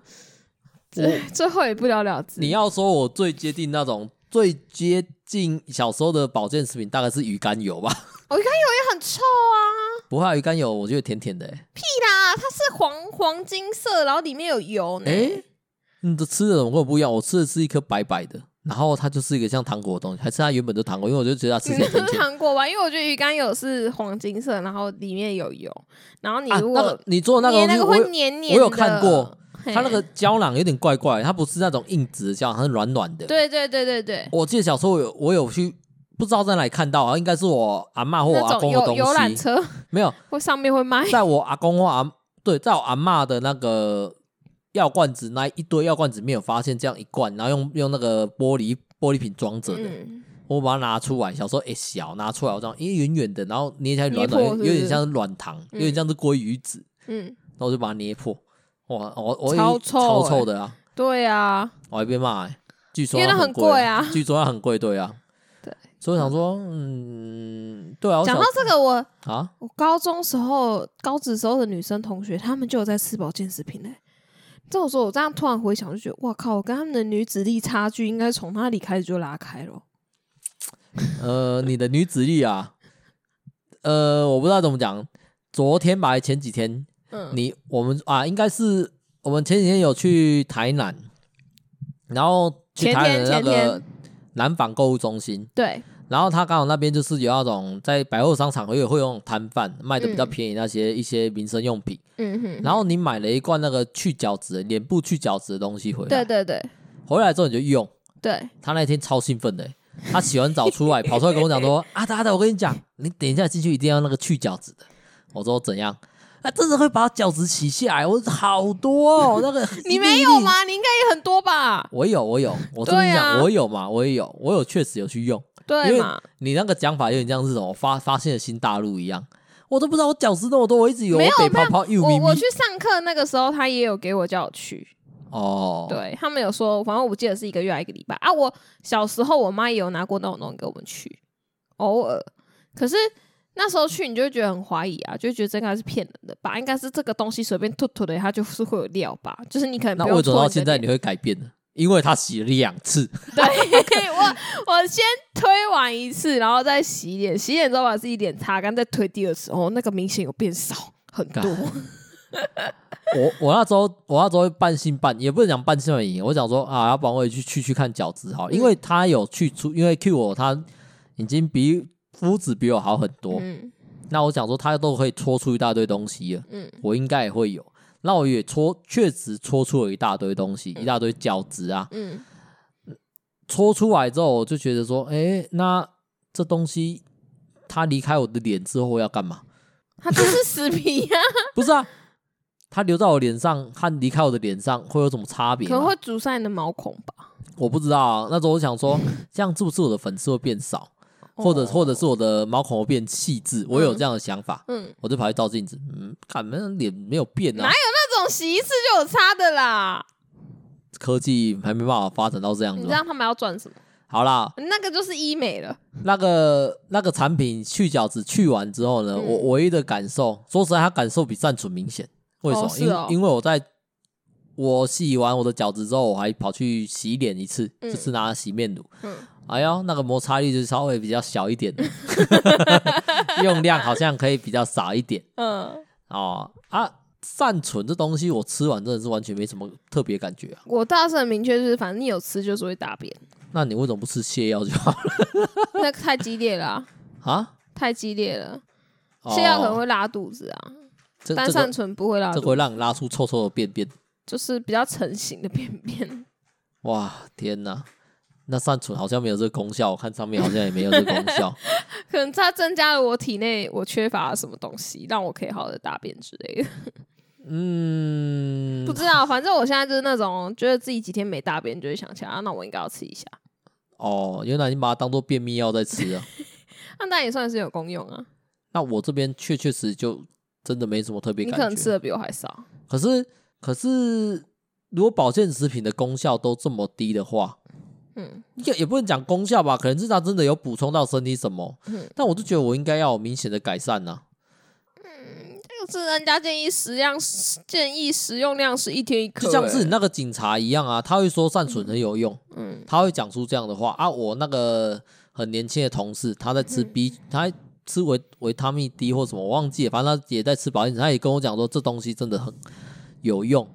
Speaker 2: 最 最后也不了了之。
Speaker 1: 你要说我最接近那种最接近小时候的保健食品，大概是鱼肝油吧？
Speaker 2: 我看有也很臭啊。
Speaker 1: 不会、啊，鱼肝油我觉得甜甜的、欸。
Speaker 2: 啦，它是黄黄金色，然后里面有油呢。
Speaker 1: 诶你的嗯吃的怎么跟我不一样？我吃的是一颗白白的，然后它就是一个像糖果的东西，还是它原本就糖果？因为我就觉得它吃
Speaker 2: 你
Speaker 1: 起来
Speaker 2: 那
Speaker 1: 甜
Speaker 2: 个
Speaker 1: 甜。
Speaker 2: 嗯糖果吧，因为我觉得鱼肝油是黄金色，然后里面有油，然后你
Speaker 1: 啊，
Speaker 2: 如果
Speaker 1: 那个你做的那
Speaker 2: 捏
Speaker 1: 个
Speaker 2: 那
Speaker 1: 东西，我
Speaker 2: 个会欸
Speaker 1: 有
Speaker 2: 黏黏的，
Speaker 1: 我有看过
Speaker 2: 嘿，
Speaker 1: 它那个胶囊有点怪怪，它不是那种硬质的胶囊，它是软软的。，
Speaker 2: 对对对对对，
Speaker 1: 我记得小时候我有我有去。不知道在哪里看到啊，应该是我阿嬷或我阿
Speaker 2: 那种
Speaker 1: 公的
Speaker 2: 游游览
Speaker 1: 东西，
Speaker 2: 车
Speaker 1: 没有，
Speaker 2: 会上面会卖，
Speaker 1: 在我阿公或阿对，在我阿嬷的那个药罐子那一堆药罐子里面有发现这样一罐，然后用用那个玻璃玻璃瓶装着的，
Speaker 2: 嗯，
Speaker 1: 我把它拿出来，小时候哎、小拿出来，我这样因为圆圆的，然后捏起来软软，
Speaker 2: 捏破
Speaker 1: 有
Speaker 2: 是不嗯是
Speaker 1: 有点像是软糖，有点像是鲑鱼子，
Speaker 2: 嗯，
Speaker 1: 然后我就把它捏破，哇，我我
Speaker 2: 超臭
Speaker 1: 超
Speaker 2: 欸
Speaker 1: 臭的啊，
Speaker 2: 对啊，
Speaker 1: 我还被骂、欸，据说
Speaker 2: 因为
Speaker 1: 它
Speaker 2: 它
Speaker 1: 很
Speaker 2: 很
Speaker 1: 贵
Speaker 2: 贵啊
Speaker 1: 据说它很贵，对啊，
Speaker 2: 对，
Speaker 1: 所以我想说，嗯，对啊，我
Speaker 2: 讲
Speaker 1: 想
Speaker 2: 到这个我。
Speaker 1: 啊，
Speaker 2: 我高中时候、高职时候的女生同学，她们就有在吃保健食品嘞、这种时候，我这样突然回想，就觉得哇靠，我跟她们的女子力差距应该从那里开始就拉开了。
Speaker 1: 呃，你的女子力啊，呃，我不知道怎么讲。昨天吧，还前几天
Speaker 2: 嗯，
Speaker 1: 你我们啊，应该是我们前几天有去台南，然后去
Speaker 2: 前
Speaker 1: 台南
Speaker 2: 天
Speaker 1: 的那
Speaker 2: 前
Speaker 1: 个
Speaker 2: 天
Speaker 1: 南纺购物中心，
Speaker 2: 对，
Speaker 1: 然后他刚好那边就是有那种在百货商场会有会有那种摊贩卖的比较便宜那些一些民生用品，
Speaker 2: 嗯哼，
Speaker 1: 然后你买了一罐那个去角质的脸部去角质的东西回来，
Speaker 2: 对对对
Speaker 1: 回来之后你就用，
Speaker 2: 对，
Speaker 1: 他那天超兴奋的欸、啊他洗完澡出来，跑出来跟我讲说：“阿达阿达，我跟你讲，你等一下进去一定要那个去角质的。”我说怎样？他真的会把脚趾洗下来，我好多哦，那个
Speaker 2: 你没
Speaker 1: 一粒
Speaker 2: 有？吗？你应该也很多吧？
Speaker 1: 我有，我有，我跟
Speaker 2: 对
Speaker 1: 你
Speaker 2: 啊
Speaker 1: 讲，我有嘛，我也有，我有确实有去用。因
Speaker 2: 对
Speaker 1: 为
Speaker 2: 嘛？
Speaker 1: 你那个讲法有点像是什么发发现了新大陆一样，我都不知道我脚趾那么多，我一直以为
Speaker 2: 没有
Speaker 1: 我北泡泡又
Speaker 2: 我
Speaker 1: 咪咪
Speaker 2: 我去上课那个时候，他也有给我叫我去，
Speaker 1: 哦，，
Speaker 2: 对他们有说，反正我记得是一个月还一个礼拜啊。我小时候我妈也有拿过那种东西给我们去，偶尔。可是那时候去，你就会觉得很怀疑啊，就会觉得这应该是骗人的吧？应该是这个东西随便吐吐的，它就是会有料吧？就是你可能
Speaker 1: 那
Speaker 2: 不用
Speaker 1: 为什么
Speaker 2: 拖
Speaker 1: 到
Speaker 2: 你的
Speaker 1: 现在
Speaker 2: 脸
Speaker 1: 你会改变呢？因为他洗了两次，
Speaker 2: 对我，我先推完一次，然后再洗脸，洗脸之后把自己脸擦干，再推第二次，哦，那个明显有变少很多。
Speaker 1: 我我那时候我那时候会半信半疑，也不能讲半信半疑，我想说啊，要不然我也去去去看脚趾好了，因为
Speaker 2: 嗯
Speaker 1: 他有去出，因为 Q 我他已经比肤质比我好很多，
Speaker 2: 嗯
Speaker 1: 那我想说他都可以搓出一大堆东西了，
Speaker 2: 嗯
Speaker 1: 我应该也会有。那我也搓，确实搓出了一大堆东西，一大堆角质啊，
Speaker 2: 嗯，
Speaker 1: 搓出来之后，我就觉得说，哎、那这东西它离开我的脸之后要干嘛？
Speaker 2: 它就是死皮啊，
Speaker 1: 不是啊，它留在我脸上和离开我的脸上会有什么差别
Speaker 2: 可
Speaker 1: 吗？
Speaker 2: 能会阻塞你的毛孔吧，
Speaker 1: 我不知道啊。那时候我想 说，这样是不是我的粉刺会变少，或者
Speaker 2: 哦
Speaker 1: 或者是我的毛孔会变细致？我有这样的想法，
Speaker 2: 嗯，
Speaker 1: 我就跑去照镜子，嗯，看那脸没有变啊
Speaker 2: 哪，那种洗一次就有差的啦。
Speaker 1: 科技还没办法发展到这样
Speaker 2: 你
Speaker 1: 子
Speaker 2: 知
Speaker 1: 吧。
Speaker 2: 道他们要赚什么？
Speaker 1: 好啦，
Speaker 2: 那个就是医美了。
Speaker 1: 那个那个产品去角质去完之后呢，
Speaker 2: 嗯
Speaker 1: 我唯一的感受，说实在，它感受比战损明显。为什么？
Speaker 2: 哦是哦
Speaker 1: 因因为我在我洗完我的角质之后，我还跑去洗脸一次，
Speaker 2: 嗯
Speaker 1: 就是拿洗面乳。
Speaker 2: 嗯
Speaker 1: 哎呦，那个摩擦力就稍微比较小一点， 用量好像可以比较少一点
Speaker 2: 嗯，
Speaker 1: 哦啊。善存这东西，我吃完真的是完全没什么特别感觉啊。
Speaker 2: 我倒是很明确，就是反正你有吃就是会 大便，
Speaker 1: 那你为什么不吃泻药就好了
Speaker 2: 那太激烈了啊、
Speaker 1: 啊？
Speaker 2: 太激烈了。
Speaker 1: 哦
Speaker 2: 泻药可能会拉肚子啊，
Speaker 1: 这
Speaker 2: 单
Speaker 1: 这
Speaker 2: 善
Speaker 1: 个
Speaker 2: 醇不会拉
Speaker 1: 这个
Speaker 2: 肚子，
Speaker 1: 会让你拉出臭臭的便便。
Speaker 2: 就是比较成型的便便。
Speaker 1: 哇，天哪！那善存好像没有这个功效，我看上面好像也没有这个功 效。
Speaker 2: 可能它增加了我体内我缺乏什么东西，让我可以好好的大便之类的。
Speaker 1: 嗯
Speaker 2: 不，知道，反正我现在就是那种觉得自己几天没大便，就会想起来，啊、那我应该要吃一下。
Speaker 1: 哦，原来你把它当做便秘药在吃啊。
Speaker 2: 那当然也算是有功用啊。
Speaker 1: 那我这边确确实就真的没什么特别
Speaker 2: 你
Speaker 1: 感
Speaker 2: 可
Speaker 1: 觉。
Speaker 2: 能吃的比我还少，
Speaker 1: 可是可是，如果保健食品的功效都这么低的话，
Speaker 2: 嗯，
Speaker 1: 也也不能讲功效吧，可能是它真的有补充到身体什么。
Speaker 2: 嗯
Speaker 1: 但我就觉得我应该要有明显的改善呐、啊
Speaker 2: 就是人家建议食量建议食用量是一天一颗、欸
Speaker 1: 就像是你那个警察一样啊，他会说善存很有用，
Speaker 2: 嗯
Speaker 1: 他会讲出这样的话啊。我那个很年轻的同事，他在
Speaker 2: 嗯
Speaker 1: 吃 B，、他在吃维维他命 D 或什么，我忘记了，反正他也在吃保健品，他也跟我讲说这东西真的很有用。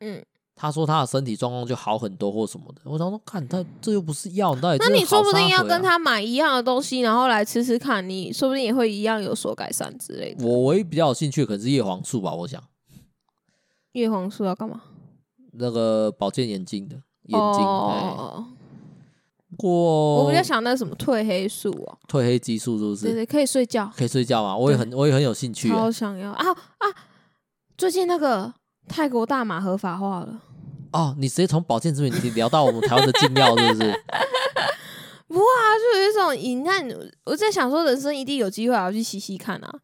Speaker 2: 嗯，
Speaker 1: 他说他的身体状况就好很多或什么的。我想说，看他这又不是药，你到底
Speaker 2: 那
Speaker 1: 真的
Speaker 2: 你说
Speaker 1: 好
Speaker 2: 不定
Speaker 1: 啥
Speaker 2: 要
Speaker 1: 鬼
Speaker 2: 跟
Speaker 1: 啊。
Speaker 2: 他买一样的东西，然后来吃吃看，你说不定也会一样有所改善之类的。
Speaker 1: 我唯一比较有兴趣的可能是叶黄素吧，我想
Speaker 2: 叶黄素要干嘛？
Speaker 1: 那个保健眼睛的眼睛。哎
Speaker 2: 哦，
Speaker 1: 不过
Speaker 2: 我比较想那什么褪黑素哦，
Speaker 1: 褪黑激素是不
Speaker 2: 对
Speaker 1: 是？
Speaker 2: 对，可以睡觉，
Speaker 1: 可以睡觉吗？我也很我也很有兴趣、啊
Speaker 2: 超。想要啊啊！最近那个泰国大麻合法化了，
Speaker 1: 哦，你直接从保健食品聊到我们台湾的禁药，是不是？
Speaker 2: 啊，就有一种你看，我在想说，人生一定有机会啊，我去吸吸看啊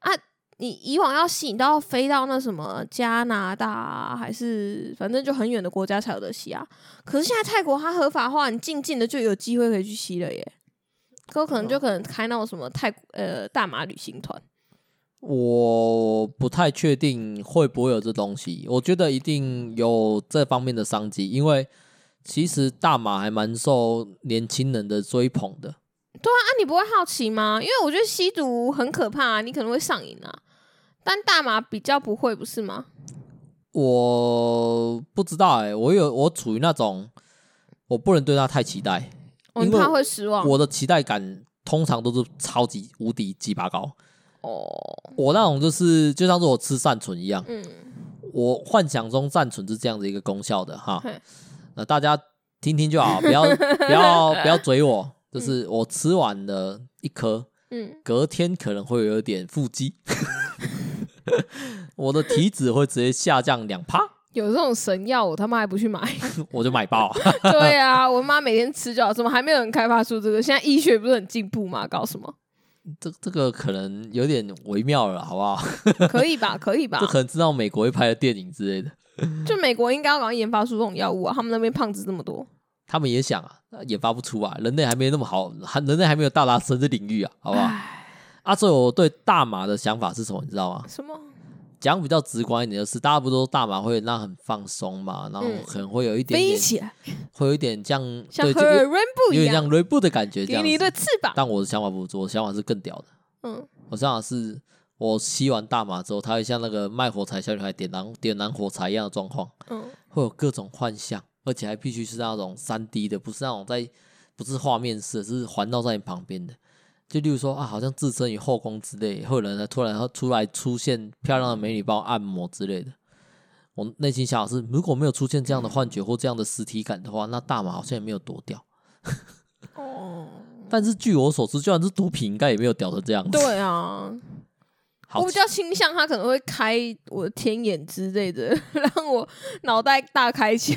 Speaker 2: 啊！你以往要吸，你都要飞到那什么加拿大、啊、还是反正就很远的国家才有得吸啊。可是现在泰国它合法化，你静静的就有机会可以去吸了耶。
Speaker 1: 啊
Speaker 2: 可我可能就可能开那种什么泰呃大麻旅行团，啊
Speaker 1: 我不太确定会不会有这东西，我觉得一定有这方面的商机，因为其实大麻还蛮受年轻人的追捧的。
Speaker 2: 啊，你不会好奇吗？因为我觉得吸毒很可怕、啊，你可能会上瘾啊。但大麻比较不会，不是吗？
Speaker 1: 我不知道哎、我有我处于那种我不能对它太期待，
Speaker 2: 哦，
Speaker 1: 因
Speaker 2: 你
Speaker 1: 为
Speaker 2: 怕会失望
Speaker 1: 我的期待感通常都是超级无敌鸡巴高。
Speaker 2: 哦。
Speaker 1: 我那种就是就像是我吃善存一样，
Speaker 2: 嗯，
Speaker 1: 我幻想中善存是这样的一个功效的哈
Speaker 2: 嘿。
Speaker 1: 那大家听听就好，不要不要不要嘴我。就是我吃完了一颗，
Speaker 2: 嗯，
Speaker 1: 隔天可能会有点腹肌， 我的体脂会直接下降两趴，
Speaker 2: 有这种神药，我他妈还不去买？
Speaker 1: 我就买爆。
Speaker 2: 对啊，我妈每天吃就好，怎么还没有人开发出这个？现在医学不是很进步吗？搞 什么？
Speaker 1: 这这个可能有点微妙了，好不好？
Speaker 2: 可以吧？可以吧
Speaker 1: 这？可能知道美国会拍的电影之类的，
Speaker 2: 就美国应该要赶快研发出这种药物啊！他们那边胖子这么多，
Speaker 1: 他们也想啊，研发不出啊，人类还没那么好，还人类还没有到达神的领域啊，好不好？啊，所以我对大麻的想法是什么，你知道吗？
Speaker 2: 什么？
Speaker 1: 讲比较直观一点，就是大家不都说大麻会让很放松嘛，然后
Speaker 2: 嗯
Speaker 1: 可能会有一点
Speaker 2: 飞
Speaker 1: 点，
Speaker 2: 起来，
Speaker 1: 会有一点像
Speaker 2: 像
Speaker 1: 对，
Speaker 2: 和
Speaker 1: 就有
Speaker 2: rainbow
Speaker 1: 有
Speaker 2: 一
Speaker 1: 点
Speaker 2: 样，
Speaker 1: 像 r e b o o 的感觉这
Speaker 2: 给
Speaker 1: 样
Speaker 2: 你一
Speaker 1: 子。
Speaker 2: 对翅膀。
Speaker 1: 但我的想法不是，我的想法是更屌的。
Speaker 2: 嗯，
Speaker 1: 我想法是，我吸完大麻之后，它会像那个卖火柴小女孩点燃点燃火柴一样的状况，
Speaker 2: 嗯，
Speaker 1: 会有各种幻象，而且还必须是那种三 D 的，不是那种在不是画面式的，是环绕在你旁边的。就例如说啊，好像置身于后宫之类，会有人突然出来出现漂亮的美女帮我按摩之类的。我内心想法是，如果没有出现这样的幻觉或这样的实体感的话，那大麻好像也没有多屌。
Speaker 2: 哦，
Speaker 1: 但是据我所知，就算是毒品，应该也没有屌成这样子。
Speaker 2: 对啊，
Speaker 1: 好
Speaker 2: 我比较倾向他可能会开我的天眼之类的， 让我脑袋大开窍。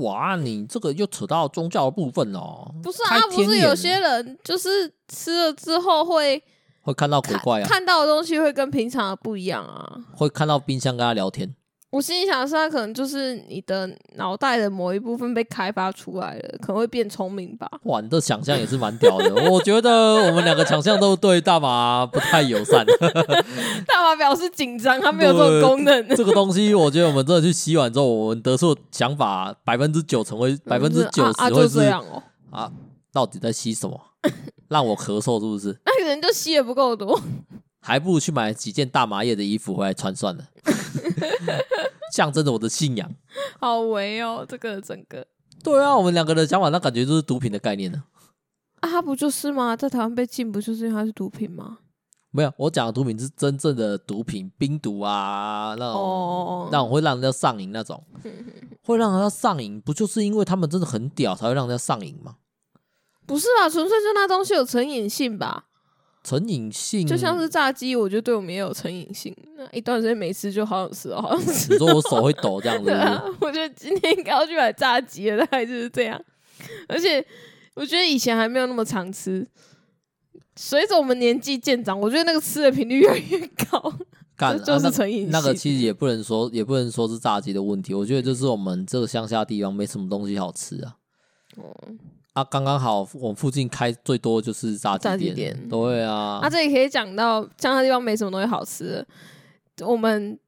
Speaker 1: 哇，你这个又扯到宗教的部分哦。
Speaker 2: 不是
Speaker 1: 开
Speaker 2: 啊，不
Speaker 1: 天
Speaker 2: 是
Speaker 1: 眼
Speaker 2: 有些人就是吃了之后会
Speaker 1: 会看到鬼
Speaker 2: 看
Speaker 1: 怪啊，
Speaker 2: 看到的东西会跟平常的不一样啊。
Speaker 1: 会看到冰箱跟他聊天。
Speaker 2: 我心里想的是，他可能就是你的脑袋的某一部分被开发出来了，可能会变聪明吧。
Speaker 1: 哇，你的想象也是蛮屌的。我觉得我们两个想象都对大麻不太友善。
Speaker 2: 大马表示紧张，他没有这种功能。
Speaker 1: 这个东西，我觉得我们真的去吸完之后，我们得出的想法百分之九成会百分之九
Speaker 2: 啊啊
Speaker 1: 十
Speaker 2: 就
Speaker 1: 会
Speaker 2: 这
Speaker 1: 是
Speaker 2: 样哦，
Speaker 1: 啊，到底在吸什么？让我咳嗽是不是？
Speaker 2: 那人就吸的不够多。
Speaker 1: 还不如去买几件大麻叶的衣服回来穿算了， 象征着我的信仰。
Speaker 2: 好围哦，这个整个
Speaker 1: 对啊，我们两个的想法，那感觉就是毒品的概念呢、
Speaker 2: 啊，他不就是吗？在台湾被禁，不就是因为它是毒品吗？
Speaker 1: 没有，我讲的毒品是真正的毒品，冰毒啊，那种、
Speaker 2: 哦，
Speaker 1: 那种会让人家上瘾那种，
Speaker 2: 嗯
Speaker 1: 会让人家上瘾，不就是因为他们真的很屌才会让人家上瘾吗？
Speaker 2: 不是吧？纯粹就那东西有成瘾性吧？
Speaker 1: 成瘾性
Speaker 2: 就像是炸鸡，我觉得对我们也有成瘾性。那一段时间没吃，就好想吃哦，好想吃
Speaker 1: 你说我手会抖这样 子
Speaker 2: 对
Speaker 1: 是不
Speaker 2: 啊
Speaker 1: 是，
Speaker 2: 我觉得今天应该要去买炸鸡了，大概就是这样。而且我觉得以前还没有那么常吃，随着我们年纪渐长，我觉得那个吃的频率越来越高，
Speaker 1: 干、
Speaker 2: 这就是
Speaker 1: 啊
Speaker 2: 成瘾性、
Speaker 1: 那。那个其实也不能说，也不能说是炸鸡的问题，我觉得就是我们这个乡下地方没什么东西好吃啊。
Speaker 2: 哦
Speaker 1: 啊，刚刚好，我附近开最多就是炸
Speaker 2: 炸
Speaker 1: 鸡
Speaker 2: 鸡
Speaker 1: 店，
Speaker 2: 店
Speaker 1: 对啊，
Speaker 2: 啊，这里可以讲到，像那地方没什么东西好吃的我们，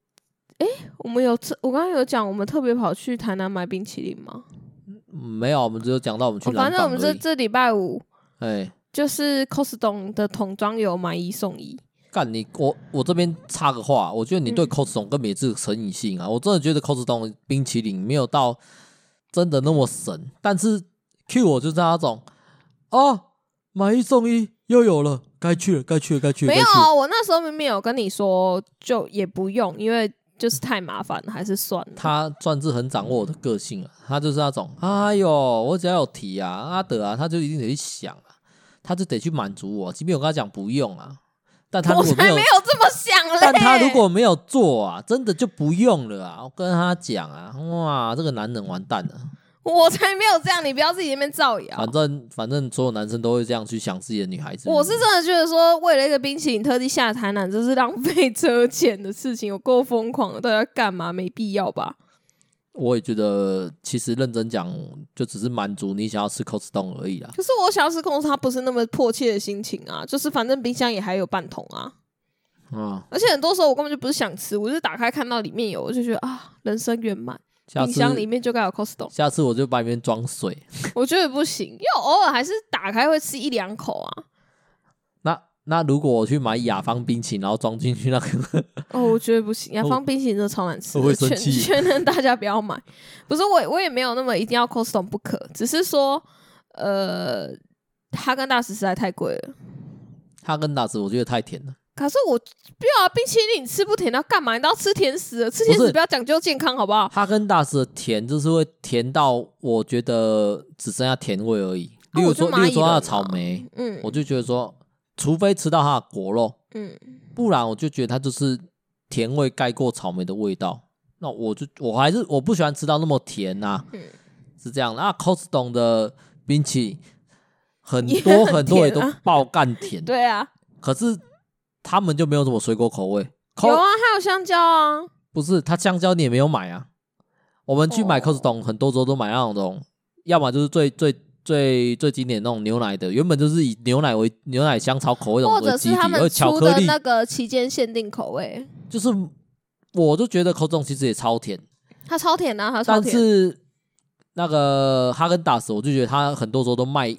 Speaker 2: 诶，我们有特，我刚刚有讲，我们特别跑去台南买冰淇淋吗？
Speaker 1: 嗯没有，我们只有讲到我们去
Speaker 2: 哦、
Speaker 1: 南
Speaker 2: 反正我
Speaker 1: 港而
Speaker 2: 们这
Speaker 1: 已。
Speaker 2: 这礼拜五
Speaker 1: 哎，
Speaker 2: 就是 Costco 的桶装有买一送一，
Speaker 1: 干你我我这边插个话，我觉得你对
Speaker 2: 嗯
Speaker 1: Cos 总根本也是成瘾性啊！我真的觉得 Cos 总冰淇淋没有到真的那么神，但是 Q 我就是那种啊，买一送一又有了，该去了，该去了，该去了，
Speaker 2: 没
Speaker 1: 该
Speaker 2: 有
Speaker 1: 去
Speaker 2: 啊，
Speaker 1: 了。
Speaker 2: 我那时候明明有跟你说，就也不用，因为就是太麻烦了，还是算了。
Speaker 1: 他算是很掌握我的个性啊，他就是那种，哎呦，我只要有提啊，阿德啊，他就一定得去想啊，他就得去满足我，即便我跟他讲不用啊，但他如
Speaker 2: 我
Speaker 1: 果
Speaker 2: 才
Speaker 1: 没有
Speaker 2: 没有这么想 嘞。
Speaker 1: 但他如果没有做啊，真的就不用了啊！我跟他讲啊，哇，这个男人完蛋了。
Speaker 2: 我才没有这样，你不要自己在那边造谣
Speaker 1: 反。正反正所有男生都会这样去想自己的女孩子。
Speaker 2: 我是真的觉得说，为了一个冰淇淋特地下台南，这是浪费车钱的事情，有够疯狂的，到底要干嘛？没必要吧？
Speaker 1: 我也觉得，其实认真讲，就只是满足你想要吃 Costco 而已啦。
Speaker 2: 可是我想要吃控它不是那么迫切的心情啊，就是反正冰箱也还有半桶啊，
Speaker 1: 嗯，
Speaker 2: 而且很多时候我根本就不是想吃，我就是打开看到里面有，我就觉得啊，人生圆满，
Speaker 1: 下
Speaker 2: 冰
Speaker 1: 次
Speaker 2: 箱里面就该有 Costco。
Speaker 1: 下次我就把里面装水。
Speaker 2: 我觉得不行，因为我偶尔还是打开会吃一两 口啊。
Speaker 1: 那那如果我去买雅芳冰淇淋，然后装进去那个，
Speaker 2: 哦，我觉得不行，雅
Speaker 1: 我
Speaker 2: 芳冰淇淋真的超难吃的，
Speaker 1: 我会生
Speaker 2: 劝
Speaker 1: 气
Speaker 2: 劝 劝大家不要买。不是我，我也没有那么一定要 Costco 不可，只是说，呃，哈根达斯实在太贵了。
Speaker 1: 哈根达斯我觉得太甜了。
Speaker 2: 可是我不要啊，冰淇淋你吃不甜，要干嘛？你都要吃甜食了，吃甜
Speaker 1: 不
Speaker 2: 食
Speaker 1: 是
Speaker 2: 不要讲究健康，好不好？
Speaker 1: 哈根达斯的甜就是会甜到我觉得只剩下甜味而已。
Speaker 2: 啊
Speaker 1: 例如
Speaker 2: 我就
Speaker 1: 说，
Speaker 2: 蚂
Speaker 1: 例
Speaker 2: 蚁
Speaker 1: 如说它的
Speaker 2: 人啊
Speaker 1: 草莓，
Speaker 2: 嗯，
Speaker 1: 我就觉得说，除非吃到它的果肉，
Speaker 2: 嗯，
Speaker 1: 不然我就觉得它就是甜味盖过草莓的味道。那我就我还是我不喜欢吃到那么甜呐、
Speaker 2: 嗯
Speaker 1: 是这样的。那啊 Costco 的冰淇淋很
Speaker 2: 也
Speaker 1: 多
Speaker 2: 很
Speaker 1: 很多也都
Speaker 2: 甜啊
Speaker 1: 爆干甜，
Speaker 2: 对啊，
Speaker 1: 可是他们就没有什么水果口味。
Speaker 2: 有
Speaker 1: Co
Speaker 2: 啊，还有香蕉啊，
Speaker 1: 不是，它香蕉你也没有买啊。我们去买
Speaker 2: 哦
Speaker 1: Costco 很多时候都买那种，要么就是最最最最经典那种牛奶的，原本就是以牛奶为牛奶香草口味的
Speaker 2: 或
Speaker 1: 为
Speaker 2: 者
Speaker 1: 基
Speaker 2: 是
Speaker 1: 底，而
Speaker 2: 他们
Speaker 1: 且巧
Speaker 2: 出
Speaker 1: 克
Speaker 2: 的
Speaker 1: 力
Speaker 2: 那个期间限定口味，
Speaker 1: 就是，我就觉得口中其实也超甜，
Speaker 2: 它超甜啊，它超
Speaker 1: 但
Speaker 2: 甜。
Speaker 1: 是那个哈根达斯，我就觉得它很多时候都卖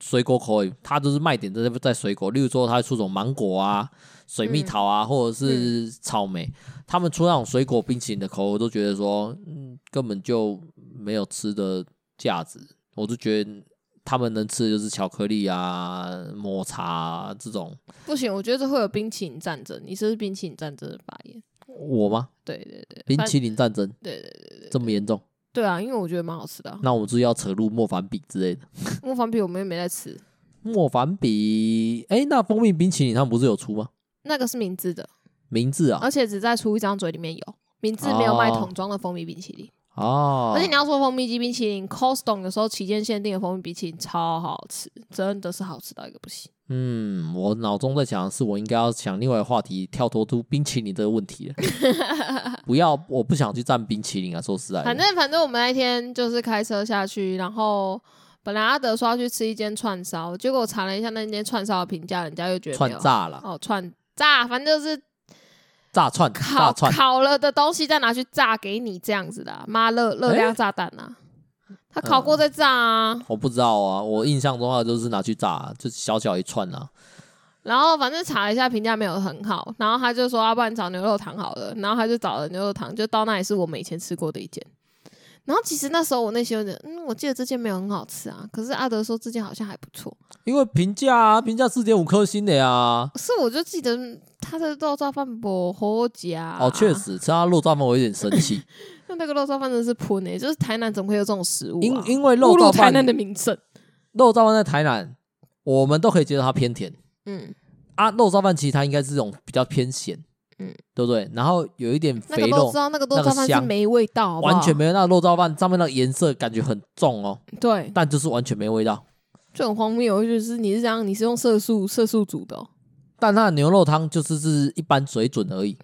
Speaker 1: 水果口味，它就是卖点在在水果，例如说它出这种芒果啊、水蜜桃啊，或者
Speaker 2: 嗯
Speaker 1: 是草莓，他们出那种水果冰淇淋的口味，我都觉得说，嗯，根本就没有吃的价值，我就觉得。他们能吃的就是巧克力啊、抹茶、啊、这种，
Speaker 2: 不行，我觉得这会有冰淇淋战争，你这是冰淇淋战争的发言。
Speaker 1: 我吗？
Speaker 2: 对对对，
Speaker 1: 冰
Speaker 2: 反
Speaker 1: 淇淋战争
Speaker 2: 对对对
Speaker 1: 这么严重？
Speaker 2: 对啊，因为我觉得蛮好吃的、啊。
Speaker 1: 那我们是要扯入莫凡比之类的。
Speaker 2: 木方皮我们又没在吃，
Speaker 1: 莫凡比，哎、那蜂蜜冰淇淋他们不是有出吗？
Speaker 2: 那个是明治的，
Speaker 1: 名字啊
Speaker 2: 而，且只在出一张嘴里面有。明治没有卖
Speaker 1: 哦
Speaker 2: 桶装的蜂蜜冰淇淋，
Speaker 1: 哦
Speaker 2: 呃而且，你要说蜂蜜鸡冰淇淋，Costco 有时候旗舰限定的蜂蜜冰淇淋超好吃，真的是好吃到一个不行。
Speaker 1: 嗯，我脑中在想的是，我应该要想另外一个话题，跳脱出冰淇淋这个问 题了。不要，我不想去蘸冰淇淋啊！说实在的，
Speaker 2: 反正反正我们那一天就是开车下去，然后本来阿德说要去吃一间串烧，结果我查了一下那间串烧的评价，人家又觉得没
Speaker 1: 串
Speaker 2: 有
Speaker 1: 炸了，
Speaker 2: 哦串炸，反正就是
Speaker 1: 炸串，炸
Speaker 2: 烤
Speaker 1: 串，
Speaker 2: 烤了的东西再拿去炸给你这样子的啊、妈热热量炸弹啊！他烤过再炸啊，
Speaker 1: 我不知道啊，我印象中啊就是拿去炸、就小小一串啊。
Speaker 2: 然后反正查了一下评价没有很好，然后他就说要、啊不然找牛肉汤好了，然后他就找了牛肉汤，就到那里是我们以前吃过的一间。然后其实那时候我内心有点，嗯，我记得这间没有很好吃啊，可是阿德说这间好像还不错，
Speaker 1: 因为评价啊，评价四点五颗星的呀。
Speaker 2: 可是我就记得嗯他的肉燥饭不好夹
Speaker 1: 哦，确，实，吃他肉燥饭我有点生 气，
Speaker 2: 那那个肉燥饭真的是喷诶、就是台南怎么会有这种食物
Speaker 1: 因
Speaker 2: 啊？
Speaker 1: 因为肉
Speaker 2: 侮辱
Speaker 1: 燥
Speaker 2: 台
Speaker 1: 饭，
Speaker 2: 南的名声，
Speaker 1: 肉燥饭在台南，我们都可以接受它偏甜。
Speaker 2: 嗯，
Speaker 1: 啊，肉燥饭其实它应该是这种比较偏咸，
Speaker 2: 嗯
Speaker 1: 嗯，对不对？然后有一点
Speaker 2: 那
Speaker 1: 肥
Speaker 2: 个都
Speaker 1: 肉
Speaker 2: 知，道，那个肉
Speaker 1: 那个
Speaker 2: 燥饭是
Speaker 1: 香
Speaker 2: 没味道好不好
Speaker 1: 完全没有那个肉燥饭上面那个颜色感觉很重哦，
Speaker 2: 对，
Speaker 1: 但就是完全没味道。
Speaker 2: 就很荒谬，就是你是这样，你是用色素色素煮的哦、
Speaker 1: 但它的牛肉汤就是是一般水准而已。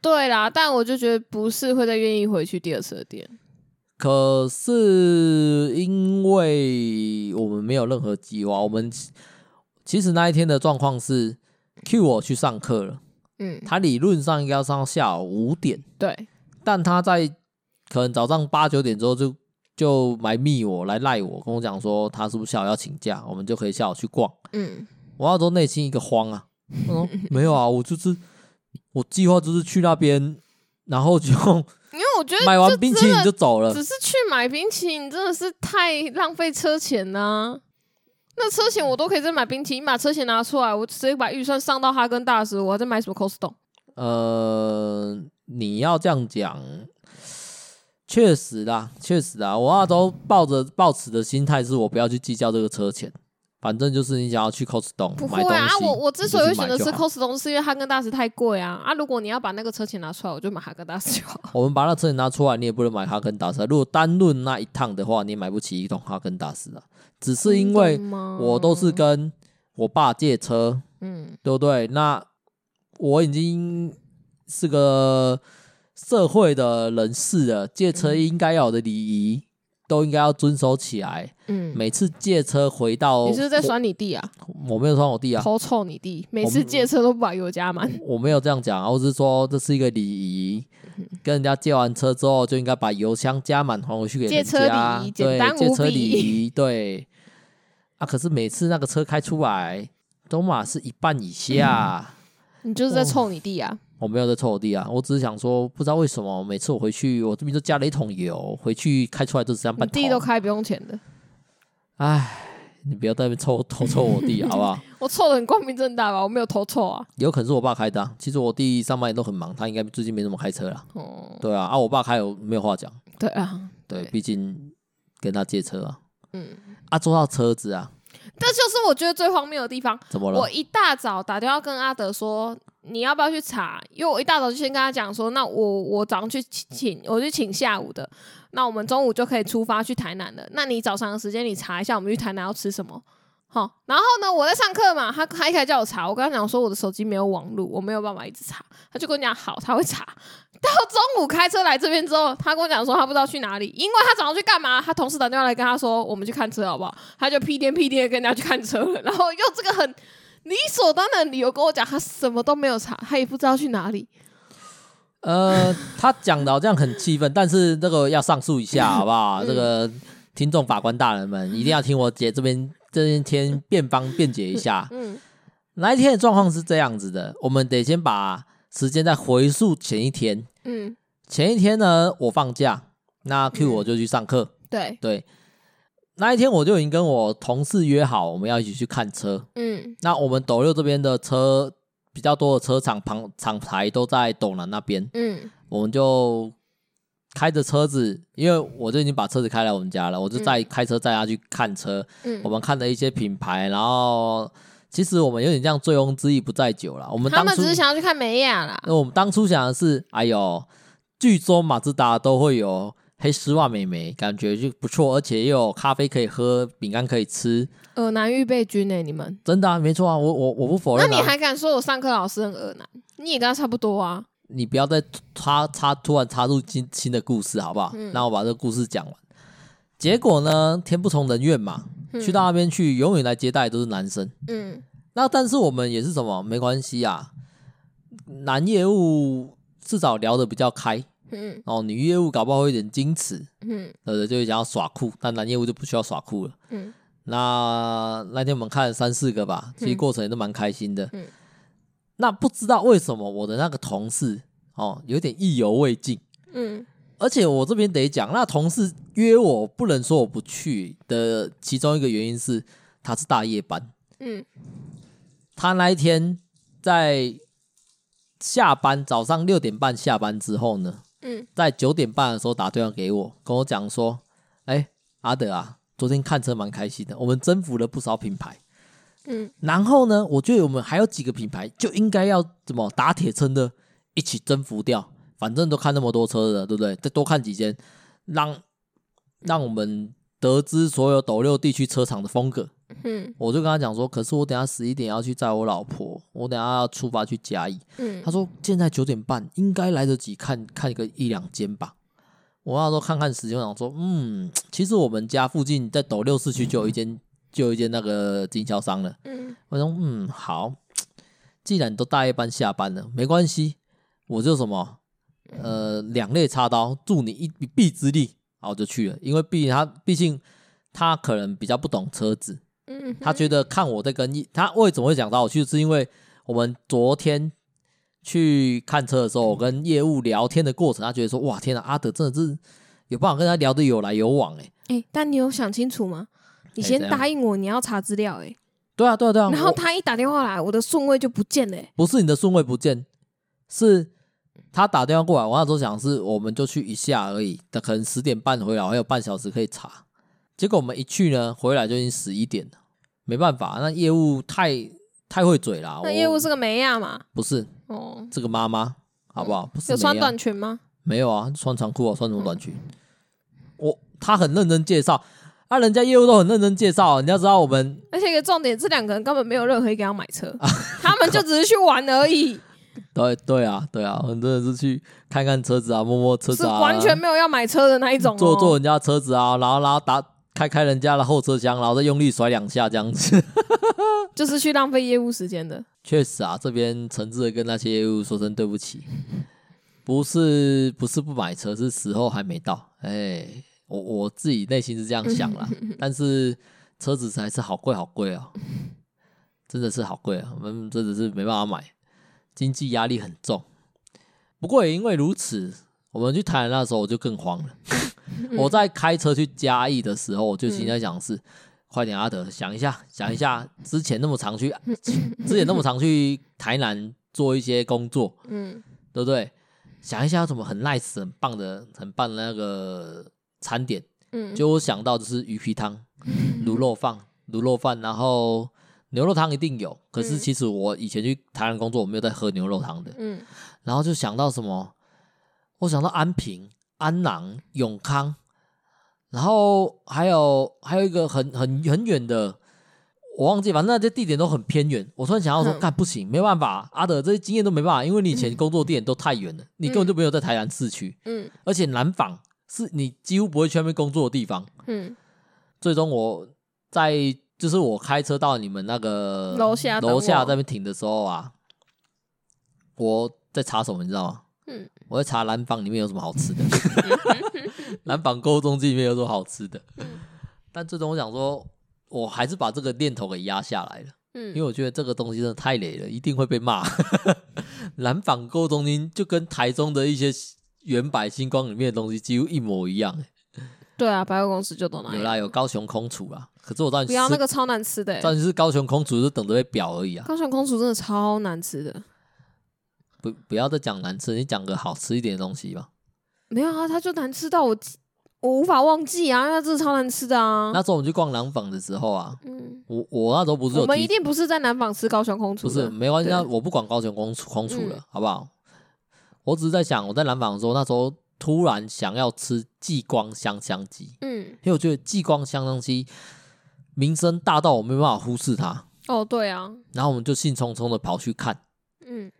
Speaker 2: 对啦，但我就觉得不是会再愿意回去第二次的店。
Speaker 1: 可是因为我们没有任何计划，我们其实那一天的状况是 Q 我去上课了，
Speaker 2: 嗯，
Speaker 1: 他理论上应该要上到下午五点，
Speaker 2: 对，
Speaker 1: 但他在可能早上八九点之后就就来密我来赖我，跟我讲说他是不是下午要请假，我们就可以下午去逛。
Speaker 2: 嗯，
Speaker 1: 我那时候内心一个慌啊，我说没有啊，我就是我计划就是去那边，然后就
Speaker 2: 因为我觉得
Speaker 1: 买完
Speaker 2: 这
Speaker 1: 冰淇淋
Speaker 2: 真
Speaker 1: 就
Speaker 2: 的
Speaker 1: 走了。
Speaker 2: 只是去买冰淇淋，真的是太浪费车钱呐、那车钱我都可以再买冰淇淋，你把车钱拿出来，我直接把预算上到哈根达斯，我还在买什么 Costco？
Speaker 1: 呃，你要这样讲，确实啦，确实啦，我那时候抱着抱持的心态是我不要去计较这个车钱。反正就是你想要去 Costco
Speaker 2: 不
Speaker 1: 买
Speaker 2: 会
Speaker 1: 东西，
Speaker 2: 啊，啊我我之所以会选择
Speaker 1: 你就
Speaker 2: 吃
Speaker 1: 去买就好
Speaker 2: Costco，是因为哈根达斯太贵啊。啊，如果你要把那个车钱拿出来，我就买哈根达斯就好。
Speaker 1: 我们把那车钱拿出来，你也不能买哈根达斯啊。如果单论那一趟的话，你也买不起一桶哈根达斯啊。只是因为我
Speaker 2: 我
Speaker 1: 都是跟我爸借车，
Speaker 2: 嗯
Speaker 1: 对不对？那我已经是个社会的人士了，借车应该要有的礼仪都应该要遵守起来。
Speaker 2: 嗯，
Speaker 1: 每次借车回到，
Speaker 2: 你是不是在酸你弟啊？
Speaker 1: 我？我没有酸我弟哦啊，
Speaker 2: 偷臭你弟，每
Speaker 1: 我
Speaker 2: 次
Speaker 1: 们
Speaker 2: 借车都不把油加满。
Speaker 1: 我没有这样讲啊，我是说这是一个礼仪，
Speaker 2: 嗯
Speaker 1: 跟人家借完车之后就应该把油箱加满还回去给
Speaker 2: 借
Speaker 1: 人
Speaker 2: 车
Speaker 1: 家。
Speaker 2: 礼仪简
Speaker 1: 对，
Speaker 2: 单
Speaker 1: 借
Speaker 2: 无
Speaker 1: 车
Speaker 2: 比
Speaker 1: 礼仪，对。啊，可是每次那个车开出来，都嘛是一半以
Speaker 2: 嗯
Speaker 1: 下。
Speaker 2: 你就是在臭你弟啊！
Speaker 1: 我没有在臭我弟啊，我只是想说，不知道为什么每次我回去，我这边就加了一桶油，回去开出来就只剩
Speaker 2: 你
Speaker 1: 半桶。
Speaker 2: 弟都开不用钱的，
Speaker 1: 唉，你不要在那边臭偷臭我弟好不 好？
Speaker 2: 我臭的很光明正大吧？我没有偷臭啊。
Speaker 1: 有可能是我爸开的、啊，其实我弟上班也都很忙，他应该最近没怎么开车啦。
Speaker 2: 哦，
Speaker 1: 对啊，啊，我爸开有没有话讲？
Speaker 2: 对啊，
Speaker 1: 对，
Speaker 2: 对
Speaker 1: 毕竟跟他借车啊。
Speaker 2: 嗯
Speaker 1: 啊，坐到车子啊，
Speaker 2: 这就是我觉得最荒谬的地方。
Speaker 1: 怎么
Speaker 2: 我
Speaker 1: 了？
Speaker 2: 一大早打电话跟阿德说，你要不要去查？因为我一大早就先跟他讲说，那我我早上去请，我去请下午的，那我们中午就可以出发去台南了。那你早上的时间你查一下，我们去台南要吃什么？好，然后呢，我在上课嘛，他他一开始叫我查，我跟他讲说我的手机没有网络，我没有办法一直查，他就跟我讲好，他会嗯查。到中午开车来这边之后，他跟我讲说他不知道去哪里，因为他早上去干嘛？他同事打电话来跟他说我们去看车好不好？他就屁颠屁颠地跟人家去看车了，然后用这个很 理所当然的理由跟我讲，他什么都没有查，他也不知道去哪里。
Speaker 1: 呃，他讲的好像很气愤，但是这个要上诉一 下，好不好？
Speaker 2: 嗯
Speaker 1: 这个听众法官大人们一定要听我姐这边 这天辩方辩解一下。
Speaker 2: 嗯，
Speaker 1: 那一天的状况是这样子的，我们得先把时间再回溯前一天。
Speaker 2: 嗯，
Speaker 1: 前一天呢，我放假，那 Q
Speaker 2: 嗯
Speaker 1: 我就去上课。
Speaker 2: 对，
Speaker 1: 对，那一天我就已经跟我同事约好，我们要一起去看车。
Speaker 2: 嗯
Speaker 1: 那我们斗六这边的车比较多的车厂旁厂牌都在斗南那边，
Speaker 2: 嗯
Speaker 1: 我们就开着车子，因为我就已经把车子开来我们家了，我就嗯再开车载他去看车。我
Speaker 2: 嗯，
Speaker 1: 们看了一些品牌，然后其实我们有点像醉翁之意不在酒啦。我们
Speaker 2: 他
Speaker 1: 当
Speaker 2: 们
Speaker 1: 初
Speaker 2: 只是想要去看美雅啦。
Speaker 1: 那我们当初想的是，哎呦，据说马自达都会有黑丝袜美眉，感觉就不错，而且又有咖啡可以喝，饼干可以吃，
Speaker 2: 耳男预备军呢、你们？那、
Speaker 1: 真的啊，没错啊，我我我不否认、啊。
Speaker 2: 你还敢说我上课老师很耳男？你也跟他差不多啊。
Speaker 1: 你不要再插插突然插入新新的故事好不好？那我把这个故事讲完。结果呢，天不从人愿嘛，去到那边去，永远来接待的都是男生。
Speaker 2: 嗯
Speaker 1: 那但是我们也是什么没关系啊，男业务至少聊得比较开
Speaker 2: 嗯
Speaker 1: 哦，女业务搞不好会有点矜持，
Speaker 2: 嗯
Speaker 1: 对不对？就会想要耍酷，但男业务就不需要耍酷了。
Speaker 2: 嗯
Speaker 1: 那那天我们看了三四个吧，其实
Speaker 2: 嗯
Speaker 1: 过程也都蛮开心的。
Speaker 2: 嗯
Speaker 1: 那不知道为什么我的那个同事哦，有点意犹未尽。
Speaker 2: 嗯
Speaker 1: 而且我这边得讲，那同事约我不能说我不去的其中一个原因是他是大夜班，
Speaker 2: 嗯
Speaker 1: 他那一天在下班早上六点半下班之后呢，
Speaker 2: 嗯
Speaker 1: 在九点半的时候打电话给我，跟我讲说：“哎、阿德啊，昨天看车蛮开心的，我们征服了不少品牌。
Speaker 2: 嗯
Speaker 1: 然后呢，我觉得我们还有几个品牌就应该要怎么打铁趁热一起征服掉。反正都看那么多车了，对不对？再多看几间，让让我们得知所有斗六地区车厂的风格。
Speaker 2: 嗯
Speaker 1: 我就跟他讲说，可是我等一下十一点要去载我老婆，我等一下要出发去嘉义。
Speaker 2: 嗯
Speaker 1: 他说现在九点半，应该来得及看看个一两间吧。我那时候看看时间，我想说，嗯，其实我们家附近在斗六市区就有一间，就有一间那个经销商了。
Speaker 2: 嗯
Speaker 1: 我说，嗯，好，既然都大夜班下班了，没关系，我就什么，
Speaker 2: 嗯
Speaker 1: 呃，两肋插刀，助你一臂之力，然后我就去了。因为毕竟他，毕竟他可能比较不懂车子，
Speaker 2: 嗯，
Speaker 1: 他觉得看我在跟一，他为什么会讲到我去，是因为我们昨天去看车的时
Speaker 2: 嗯
Speaker 1: 候，我跟业务聊天的过程，他觉得说哇天呐，阿德真的是有办法跟他聊得有来有往哎、
Speaker 2: 哎、但你有想清楚吗？你
Speaker 1: 哎
Speaker 2: 先
Speaker 1: 怎样
Speaker 2: 答应我，你要查资料哎、
Speaker 1: 对啊对啊对啊，
Speaker 2: 然后
Speaker 1: 我
Speaker 2: 他一打电话来，我的顺位就不见了、欸。
Speaker 1: 不是你的顺位不见，是他打电话过来，我那时候想是我们就去一下而已，但可能十点半回来，还有半小时可以查。结果我们一去呢，回来就已经十一点了，没办法，那业务太太会嘴啦。
Speaker 2: 那
Speaker 1: 啊我
Speaker 2: 业务是个美亚嘛？
Speaker 1: 不是
Speaker 2: 哦，
Speaker 1: 这个妈妈，好不好？不是
Speaker 2: 嗯有穿
Speaker 1: 梅亚
Speaker 2: 短嗯裙吗？
Speaker 1: 没有啊，穿长裤啊，穿什么短裙？我他很认真介绍，啊，人家业务都很认真介绍，啊你要知道我们
Speaker 2: 而且一个重点，这两个人根本没有任何一个要买车，
Speaker 1: 啊
Speaker 2: 他们就只是去玩 而已，
Speaker 1: 对对啊对啊，很多人是去看看车子啊，摸摸车
Speaker 2: 是
Speaker 1: 子啊，
Speaker 2: 完全没有要买车的那一种、哦。
Speaker 1: 坐 坐人家车子啊，然后然后打开开人家的后车厢，然后再用力甩两下这样子。
Speaker 2: 就是去浪费业务时间的。
Speaker 1: 确实啊，这边诚挚的跟那些业务说声对不起，不是不是不买车，是时候还没到。哎、我我自己内心是这样想啦，但是车子还是好贵好贵哦、真的是好贵啊，我们真的是没办法买，经济压力很重。不过也因为如此，我们去台南那时候我就更慌了。我在开车去嘉义的时候，我就心里在想是，快点啊阿德想一下，想一下之前那么常去， 之前那么常去台南做一些工作，
Speaker 2: 嗯
Speaker 1: 对不对？想一下有什么很 nice、很棒的、很棒的那个餐点，
Speaker 2: 嗯
Speaker 1: 就我想到就是鱼皮汤、卤肉饭、卤肉饭，然后牛肉汤一定有。可是
Speaker 2: 嗯
Speaker 1: 其实我以前去台湾工作，我没有在喝牛肉汤的。
Speaker 2: 嗯，
Speaker 1: 然后就想到什么，我想到安平、安囊、永康，然后还有还有一个很很很远的，我忘记，反正那些地点都很偏远。我突然想到说，
Speaker 2: 嗯
Speaker 1: 干、不行，没办法，阿德这些经验都没办法，因为你以前工作地点都太远了，你根本就没有在台南市区，
Speaker 2: 嗯
Speaker 1: 而且南纺是你几乎不会去那边工作的地方。
Speaker 2: 嗯，
Speaker 1: 最终我在就是我开车到你们那个
Speaker 2: 楼下等我
Speaker 1: 楼下在那边停的时候啊，我在查什么，你知道吗？
Speaker 2: 嗯，
Speaker 1: 我在查蓝坊里面有什么好 吃的，蓝坊沟中记里面有什么好吃的。
Speaker 2: 嗯
Speaker 1: 但最终我想说，我还是把这个念头给压下来了，
Speaker 2: 嗯
Speaker 1: 因为我觉得这个东西真的太累了，一定会被骂。 蓝坊沟中心就跟台中的一些原版星光里面的东西几乎一模一样、欸
Speaker 2: 对啊，百货公司就都那
Speaker 1: 有
Speaker 2: 样。
Speaker 1: 啦，有高雄空厨啦，可是我到底
Speaker 2: 不要
Speaker 1: 吃
Speaker 2: 那个超难吃的、欸，
Speaker 1: 但是高雄空厨是等着被表而已啊！
Speaker 2: 高雄公主真的超难吃的。
Speaker 1: 不不要再讲难吃，你讲个好吃一点的东西吧。
Speaker 2: 没有啊，它就难吃到我记我无法忘记啊，那真的超难吃的啊。
Speaker 1: 那时候我们去逛廊坊的时候啊，
Speaker 2: 嗯，
Speaker 1: 我我那时候不是有
Speaker 2: 我们
Speaker 1: 提
Speaker 2: 一定不是在南纺吃高雄空厨
Speaker 1: 不
Speaker 2: 的，
Speaker 1: 是没关系，
Speaker 2: 对嗯
Speaker 1: 那我不管高雄空厨空厨了，好不好？我只是在想，我在廊坊的时候，那时候突然想要吃继光香香鸡，
Speaker 2: 嗯，
Speaker 1: 因为我觉得继光香香鸡名声大到我没办法忽视它，
Speaker 2: 哦，对啊，
Speaker 1: 然后我们就兴冲冲的跑去看，
Speaker 2: 嗯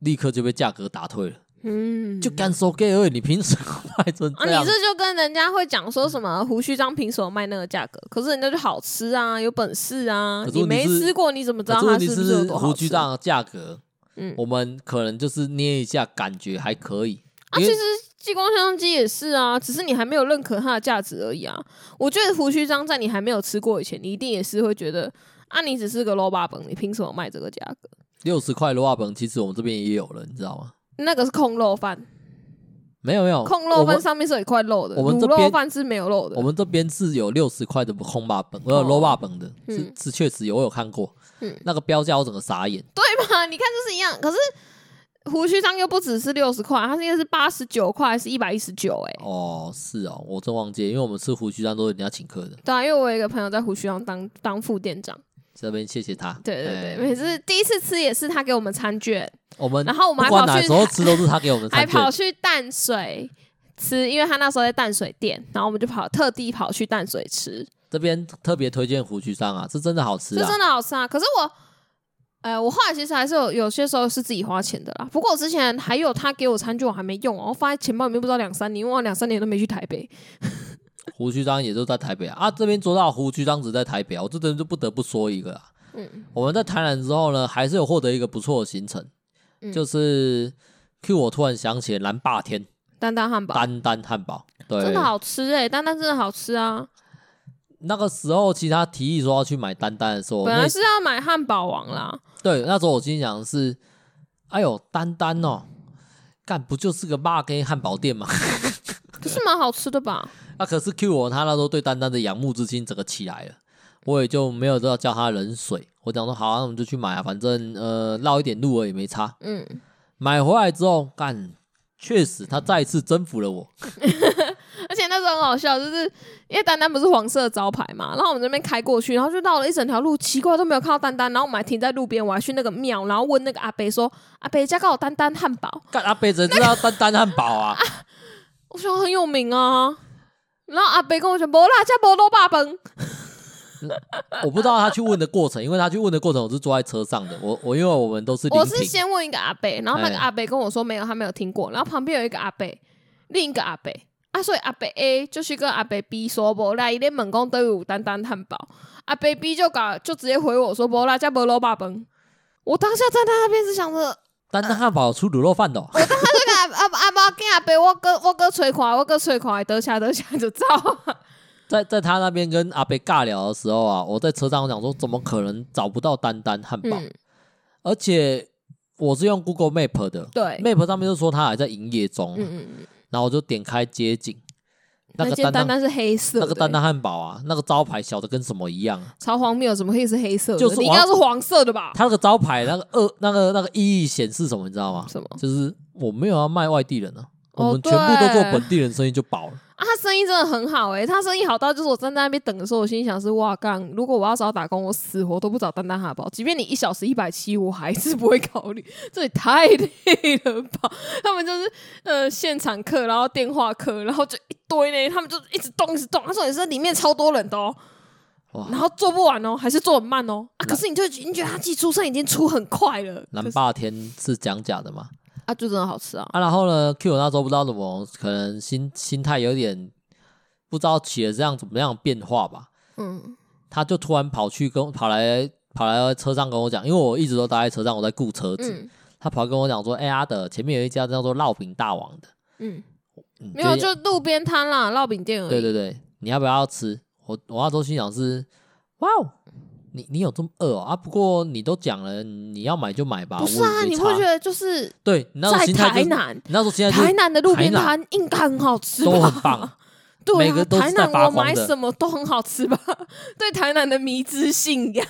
Speaker 1: 立刻就被价格打退了，
Speaker 2: 嗯，
Speaker 1: 就干收 gay 而已，你凭什么卖成
Speaker 2: 啊，
Speaker 1: 这样
Speaker 2: 你？这就跟人家会讲说什么胡须章凭什么卖那个价格？可是人家就好吃啊，有本事啊，
Speaker 1: 可是
Speaker 2: 你
Speaker 1: 问题
Speaker 2: 没
Speaker 1: 是
Speaker 2: 吃过你怎么知
Speaker 1: 可
Speaker 2: 道
Speaker 1: 是
Speaker 2: 它
Speaker 1: 问题
Speaker 2: 是不有多好
Speaker 1: 胡
Speaker 2: 吃？
Speaker 1: 须章的价格，
Speaker 2: 嗯
Speaker 1: 我们可能就是捏一下，感觉还可以。
Speaker 2: 啊，
Speaker 1: 因
Speaker 2: 其
Speaker 1: 为
Speaker 2: 实激光相机也是啊，只是你还没有认可它的价值而已啊。我觉得胡须章在你还没有吃过以前，你一定也是会觉得啊，你只是个肉巴本，你凭什么卖这个价格？
Speaker 1: 六十块的话本，其实我们这边也有了，你知道吗？
Speaker 2: 那个是控肉饭，
Speaker 1: 没有没有，
Speaker 2: 控肉
Speaker 1: 哦我
Speaker 2: 饭
Speaker 1: 们
Speaker 2: 上面是有一块肉的，
Speaker 1: 我们这
Speaker 2: 卤肉
Speaker 1: 边
Speaker 2: 饭是没有肉的
Speaker 1: 我。们这边是有六十块的空霸本，呃，
Speaker 2: 哦
Speaker 1: 罗霸本的，是
Speaker 2: 嗯
Speaker 1: 是确实有我有看过
Speaker 2: 嗯，
Speaker 1: 那个标价我整个傻眼。
Speaker 2: 对嘛？你看就是一样，可是胡须章又不只是六十块，它现在是八十九块，还是一百一十九？哎，
Speaker 1: 哦，是哦，我真忘记，因为我们吃胡须章都是人家请客的，
Speaker 2: 对啊，因为我有一个朋友在胡须章当当副店长，
Speaker 1: 这边谢谢他。
Speaker 2: 对对对，
Speaker 1: 哎
Speaker 2: 每次第一次吃也是他给我们餐券，
Speaker 1: 我们
Speaker 2: 然后我们
Speaker 1: 不
Speaker 2: 还
Speaker 1: 管
Speaker 2: 跑
Speaker 1: 哪
Speaker 2: 去
Speaker 1: 时候吃都是他给 我们
Speaker 2: 还
Speaker 1: 餐券
Speaker 2: 跑。去淡水吃，因为他那时候在淡水店，然后我们就跑特地跑去淡水吃，
Speaker 1: 这边特别推荐胡须章啊，是真的好吃
Speaker 2: 这
Speaker 1: 啊
Speaker 2: 真。的好吃啊！可是我，呃，我后来其实还是有有些时候是自己花钱的啦。不过我之前还有他给我餐券，我还没用哦，我放在钱包里面不知道两三年，因为我两三年都没去台北。
Speaker 1: 胡须章也就在台北啊，啊这边做到胡须章只在台北、啊，我这边就不得不说一个啊。
Speaker 2: 嗯
Speaker 1: 我们在台南之后呢，还是有获得一个不错的行程，
Speaker 2: 嗯
Speaker 1: 就是 Q 我突然想起蓝霸天
Speaker 2: 丹丹汉堡
Speaker 1: 丹丹汉堡，对，
Speaker 2: 真的好吃哎、丹丹真的好吃啊！
Speaker 1: 那个时候其实他提议说要去买丹丹的时候，我
Speaker 2: 本来
Speaker 1: 内
Speaker 2: 是要买汉堡王啦，
Speaker 1: 对那时候我心想的是，哎呦丹丹哦，干不就是个霸跟汉堡店吗？
Speaker 2: 可是蛮好吃的吧？
Speaker 1: 那、啊可是 Q 我他那时候对丹丹的仰慕之心整个起来了，我也就没有要叫他冷水，我讲说好、啊，那我们就去买啊，反正呃绕一点路而已，没差。
Speaker 2: 嗯，
Speaker 1: 买回来之后，干，确实他再一次征服了我。
Speaker 2: 而且那时候很好笑，就是因为丹丹不是黄色的招牌嘛，然后我们这边开过去，然后就绕了一整条路，奇怪都没有看到丹丹，然后我们还停在路边，我还去那个庙，然后问那个阿伯说：“阿伯，家刚有丹丹汉堡，
Speaker 1: 干阿北只知道丹丹汉堡 啊，
Speaker 2: 我说很有名啊。”然后阿伯跟我讲：“没啦，家没肉霸崩。
Speaker 1: 我不知道他去问的过程，因为他去问的过程我是坐在车上的，我我因为我们都是”临
Speaker 2: 我是
Speaker 1: 停，
Speaker 2: 先问一个阿伯，然后那个
Speaker 1: 哎
Speaker 2: 阿伯跟我说没有，他没有听过。然后旁边有一个阿伯，另一个阿伯啊，所以阿伯 A 就去跟阿伯 B 说：“没啦，伊咧猛攻都有丹丹汉堡。”阿伯 B 就搞就直接回我说：“没啦，家没肉霸崩。”我当下站在那边是想着，
Speaker 1: 丹丹汉堡有出卤肉饭的、 哦，
Speaker 2: 这个阿阿阿妈跟阿伯，我哥我哥吹垮，我哥吹垮，得下得下就走。
Speaker 1: 在在他那边跟阿北尬聊的时候啊，我在车上我讲说，怎么可能找不到丹丹汉堡？
Speaker 2: 嗯，
Speaker 1: 而且我是用 Google Map 的
Speaker 2: 对，
Speaker 1: ，Map 上面就说他还在营业中，
Speaker 2: 嗯嗯嗯，
Speaker 1: 然后我就点开街景，那
Speaker 2: 那
Speaker 1: 个
Speaker 2: 间
Speaker 1: 丹
Speaker 2: 单
Speaker 1: 丹
Speaker 2: 单是黑色的，
Speaker 1: 那个丹丹汉堡啊，那个招牌小的跟什么一样啊。
Speaker 2: 超荒谬，怎么可以是黑色的？
Speaker 1: 就是
Speaker 2: 你应该
Speaker 1: 黄
Speaker 2: 是黄色的吧？
Speaker 1: 他那个招牌那个二那个那个意义显示什么，你知道吗？
Speaker 2: 什么
Speaker 1: 就是我没有要卖外地人啊，
Speaker 2: 哦
Speaker 1: 我们全部都做
Speaker 2: 对
Speaker 1: 本地人生意就饱了。
Speaker 2: 啊？他生意真的很好哎、他生意好到就是我站在那边等的时候，我心里想是哇干，如果我要找打工，我死活都不找丹丹汉堡，即便你一小时一百七，我还是不会考虑， 这也太累了吧？ 他们就是呃现场课，然后电话课，然后就一堆呢，他们就一直动一直动，他说也是里面超多人的哦、
Speaker 1: 哇
Speaker 2: 然后做不完哦，还是做很慢哦。啊，可是你就你觉得他寄出生已经出很快了，
Speaker 1: 南
Speaker 2: 可是
Speaker 1: 霸天是讲假的嘛？
Speaker 2: 啊，就真的好吃啊。
Speaker 1: 啊，然后呢，Q 我那时候不知道怎么，可能心心态有点不知道起了这样怎么样的变化吧，
Speaker 2: 嗯，
Speaker 1: 他就突然跑去跟我跑来跑来车上跟我讲，因为我一直都待在车上，我在顾车子，
Speaker 2: 嗯
Speaker 1: 他跑来跟我讲说，哎、阿德，前面有一家叫做烙饼大王的，
Speaker 2: 嗯，
Speaker 1: 嗯
Speaker 2: 没有
Speaker 1: 这
Speaker 2: 就路边摊啦，烙饼店而已。
Speaker 1: 对对对，你要不要吃？我我那时候心想是，哇哦，你你有这么饿、哦、啊？不过你都讲了，你要买就买吧，
Speaker 2: 不是啊，
Speaker 1: 我也
Speaker 2: 你
Speaker 1: 没
Speaker 2: 会
Speaker 1: 差
Speaker 2: 觉得就是
Speaker 1: 对，你那时候
Speaker 2: 在
Speaker 1: 心态、就是、
Speaker 2: 台，南，
Speaker 1: 你那时候心态就是
Speaker 2: 台南的路边
Speaker 1: 台南
Speaker 2: 摊应该很好吃吧？
Speaker 1: 都很棒，
Speaker 2: 对
Speaker 1: 每
Speaker 2: 啊，
Speaker 1: 个都是
Speaker 2: 台
Speaker 1: 在
Speaker 2: 南
Speaker 1: 发
Speaker 2: 我
Speaker 1: 光
Speaker 2: 买
Speaker 1: 的
Speaker 2: 什么都很好吃吧？对台南的迷之信仰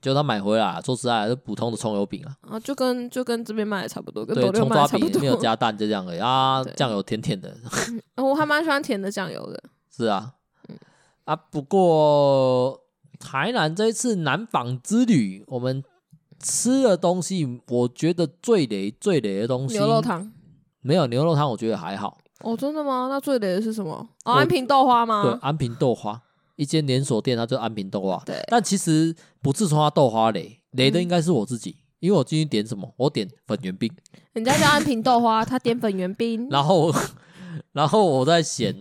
Speaker 1: 就他买回来啊，说实在的，就普通的葱油饼啊，
Speaker 2: 啊，就跟就跟这边卖的差不多，跟
Speaker 1: 对
Speaker 2: 斗，六
Speaker 1: 葱
Speaker 2: 卖
Speaker 1: 抓
Speaker 2: 的差不
Speaker 1: 饼
Speaker 2: 多
Speaker 1: 没。有加蛋，就这样而已啊
Speaker 2: 对，
Speaker 1: 酱油甜甜的，
Speaker 2: 啊我还蛮喜欢甜的酱油的。
Speaker 1: 是啊，
Speaker 2: 嗯
Speaker 1: 啊，不过台南这一次南纺之旅，我们吃的东西，我觉得最雷最雷的东西，
Speaker 2: 牛肉汤
Speaker 1: 没有牛肉汤，我觉得还好。
Speaker 2: 哦，真的吗？那最雷的是什么？
Speaker 1: 我
Speaker 2: 哦，安平豆花
Speaker 1: 对
Speaker 2: 吗，？
Speaker 1: 安平豆花一间连锁店，它叫安平豆花。
Speaker 2: 对嗯
Speaker 1: 但其实不是说它豆花雷，雷的应该是我自己，因为我进去点什么，我点粉圆饼，
Speaker 2: 人家叫安平豆花，他点粉圆冰。
Speaker 1: 然后然后我在嫌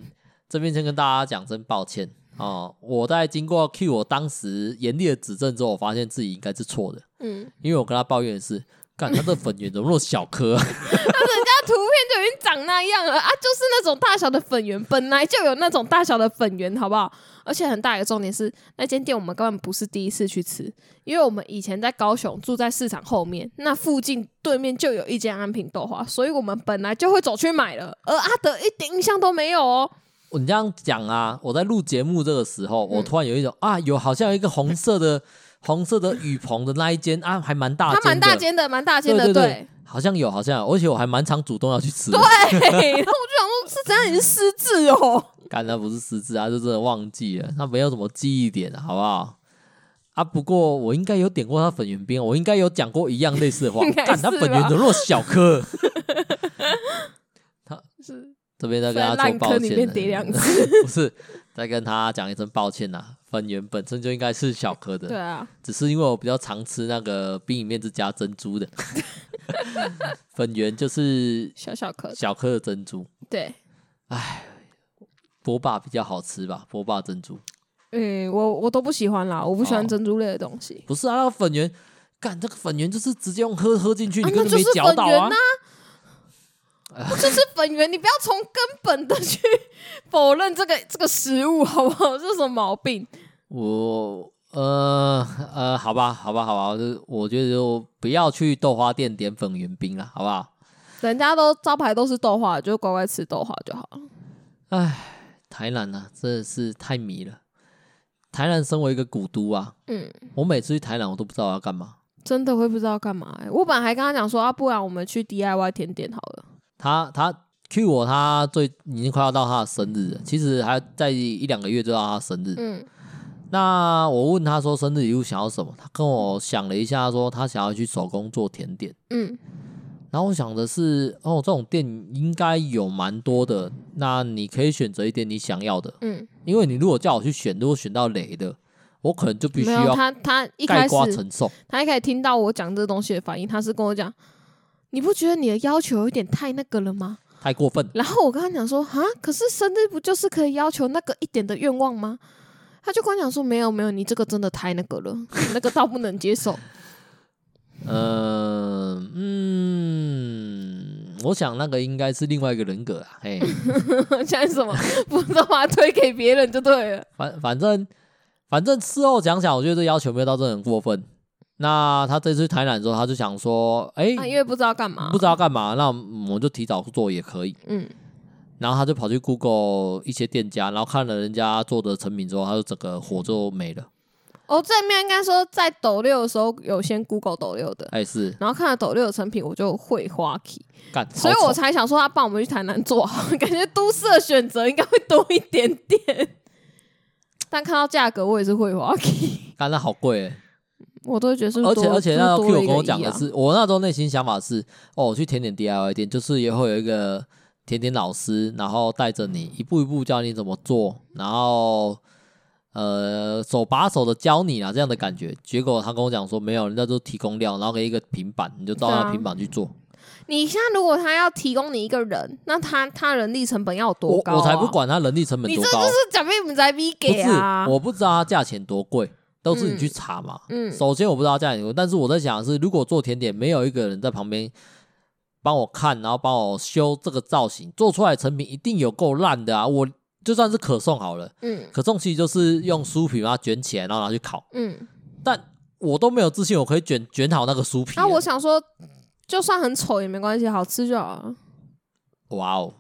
Speaker 1: 这边先跟大家讲声抱歉哦、我在经过 Q 我当时严厉的指正之后，我发现自己应该是错的，
Speaker 2: 嗯，
Speaker 1: 因为我跟他抱怨的是。干，他的粉圆怎么那么小颗、啊？
Speaker 2: 那图片就已经长那样了啊，就是那种大小的粉圆，本来就有那种大小的粉圆，好不好？而且很大一个重点是，那间店我们根本不是第一次去吃，因为我们以前在高雄住在市场后面，那附近对面就有一间安平豆花，所以我们本来就会走去买了，而阿德一点印象都没有哦。
Speaker 1: 你这样讲啊，我在录节目这个时候，
Speaker 2: 嗯
Speaker 1: 我突然有一种、啊，有好像有一个红色的、红色的雨棚的那一间啊，还蛮大间
Speaker 2: 它
Speaker 1: 的，
Speaker 2: 蛮大间的，蛮大间的，
Speaker 1: 对对对好像有，好像有，而且我还蛮常主动要去吃的。
Speaker 2: 对，然后 我就想说，是怎样？你是失智哦？
Speaker 1: 干那不是失智啊，就真的忘记了，他没有什么记忆点，好不好？啊，不过我应该有点过他粉圆饼，我应该有讲过一样类似的话
Speaker 2: 应。该
Speaker 1: 干他
Speaker 2: 是
Speaker 1: 粉圆
Speaker 2: 吧
Speaker 1: 怎么那么小 颗？他
Speaker 2: 是
Speaker 1: 这边再跟
Speaker 2: 在
Speaker 1: 他说
Speaker 2: 烂
Speaker 1: 抱
Speaker 2: 坑里
Speaker 1: 歉
Speaker 2: 面
Speaker 1: 了，
Speaker 2: 跌两
Speaker 1: 不是再跟他讲一声抱歉呐、粉圆本身就应该是小颗的，
Speaker 2: 对啊，
Speaker 1: 只是因为我比较常吃那个冰里面是加珍珠 的，粉圆就是
Speaker 2: 小小颗，
Speaker 1: 小颗的珍珠。
Speaker 2: 对。
Speaker 1: 波霸比较好吃吧，波霸珍珠
Speaker 2: 嗯，我我都不喜欢啦，我不喜欢
Speaker 1: 哦
Speaker 2: 珍珠类的东西。
Speaker 1: 不是啊，那个粉圆，干这个粉圆就是直接用喝喝进去，
Speaker 2: 啊
Speaker 1: 你根
Speaker 2: 那
Speaker 1: 本
Speaker 2: 就
Speaker 1: 没
Speaker 2: 是
Speaker 1: 嚼到
Speaker 2: 粉圆
Speaker 1: 啊
Speaker 2: 呐。我就是粉圆，你不要从根本的去否认这个这个食物，好不好？这是什么毛病？
Speaker 1: 我呃呃，好吧，好吧，好吧，就是我觉得就不要去豆花店点粉圆冰了，好不好？
Speaker 2: 人家都招牌都是豆花，就乖乖吃豆花就好了。
Speaker 1: 台南啊，真的是太迷了。台南身为一个古都啊，
Speaker 2: 嗯，
Speaker 1: 我每次去台南我都不知道我要干嘛。
Speaker 2: 真的会不知道干嘛、欸。我本来还跟他讲说，啊，不然我们去 DIY 甜点好了。
Speaker 1: 他他 Q 我，他最已经快要到他的生日了，其实还在一两个月就到他的生日。
Speaker 2: 嗯
Speaker 1: 那我问他说生日礼物想要什么，他跟我想了一下，说他想要去手工做甜点。
Speaker 2: 嗯，
Speaker 1: 然后我想的是，哦，这种店应该有蛮多的，那你可以选择一点你想要的，
Speaker 2: 嗯，
Speaker 1: 因为你如果叫我去选，如果选到雷的，我可能就必须
Speaker 2: 没有
Speaker 1: 要
Speaker 2: 他，他一
Speaker 1: 盖
Speaker 2: 开始
Speaker 1: 瓜承受。
Speaker 2: 他一开始听到我讲这东西的反应，他是跟我讲，你不觉得你的要求有点太那个了吗？
Speaker 1: 太过分，
Speaker 2: 然后我跟他讲说，啊，可是生日不就是可以要求那个一点的愿望吗？他就跟我讲说，没有没有，你这个真的太那个了， 你那个倒不能接受。
Speaker 1: 呃，嗯，我想那个应该是另外一个人格啊，嘿，
Speaker 2: 讲什么？ 不知道把它推给别人就对 了。
Speaker 1: 反反正反正事后想想，我觉得这要求没有到真的很过分。那他这次去台南的时候，他就想说，哎、
Speaker 2: 啊，因为不知道干嘛。
Speaker 1: 不知道干嘛，那我们就提早做也可以。
Speaker 2: 嗯
Speaker 1: 然后他就跑去 Google 一些店家，然后看了人家做的成品之后，他就整个火就没了。
Speaker 2: 哦，正面应该说在抖六的时候有先 Google 抖六的，
Speaker 1: 哎是
Speaker 2: 然后看了抖六的成品，我就会花 key，
Speaker 1: 干，
Speaker 2: 所以
Speaker 1: 好
Speaker 2: 我
Speaker 1: 丑
Speaker 2: 才想说他啊帮我们去台南做好， 感觉都市的选择应该会多一点点。 但看到价格，我也是会花 key，
Speaker 1: 干那好贵欸，
Speaker 2: 我都会觉得是不
Speaker 1: 而
Speaker 2: 是多
Speaker 1: 且而且那时
Speaker 2: 是不
Speaker 1: 候
Speaker 2: 是
Speaker 1: Q 有
Speaker 2: 多一
Speaker 1: 跟
Speaker 2: 个
Speaker 1: 我讲
Speaker 2: 一
Speaker 1: 的
Speaker 2: 啊
Speaker 1: 是，我那时候内心想法是，哦，我去甜点 DIY 店，就是也会有一个甜点老师，然后带着你一步一步教你怎么做，然后呃手把手的教你啊这样的感觉。结果他跟我讲说没有，人家都提供料，然后给一个平板，你就照
Speaker 2: 对
Speaker 1: 那
Speaker 2: 啊
Speaker 1: 平板去做。
Speaker 2: 你现在如果他要提供你一个人，那他他人力成本要有多
Speaker 1: 我
Speaker 2: 高、啊
Speaker 1: 我才不！管他人力成本
Speaker 2: 你
Speaker 1: 多
Speaker 2: 这就
Speaker 1: 高，
Speaker 2: 是讲被我们在逼
Speaker 1: 不
Speaker 2: 给
Speaker 1: 是
Speaker 2: 啊！
Speaker 1: 我不知道它价钱多贵，都是你
Speaker 2: 嗯
Speaker 1: 去查嘛。
Speaker 2: 嗯，
Speaker 1: 首先我不知道价钱多，但是我在想的是，如果做甜点没有一个人在旁边帮我看，然后帮我修这个造型，做出来的成品一定有够烂的啊！我就算是可颂好了，
Speaker 2: 嗯
Speaker 1: 可颂其实就是用酥皮把它卷起来，然后拿去烤，
Speaker 2: 嗯，
Speaker 1: 但我都没有自信我可以卷卷好那个酥皮
Speaker 2: 那、
Speaker 1: 了。
Speaker 2: 啊我想说，就算很丑也没关系，好吃就好了，
Speaker 1: 哇哦，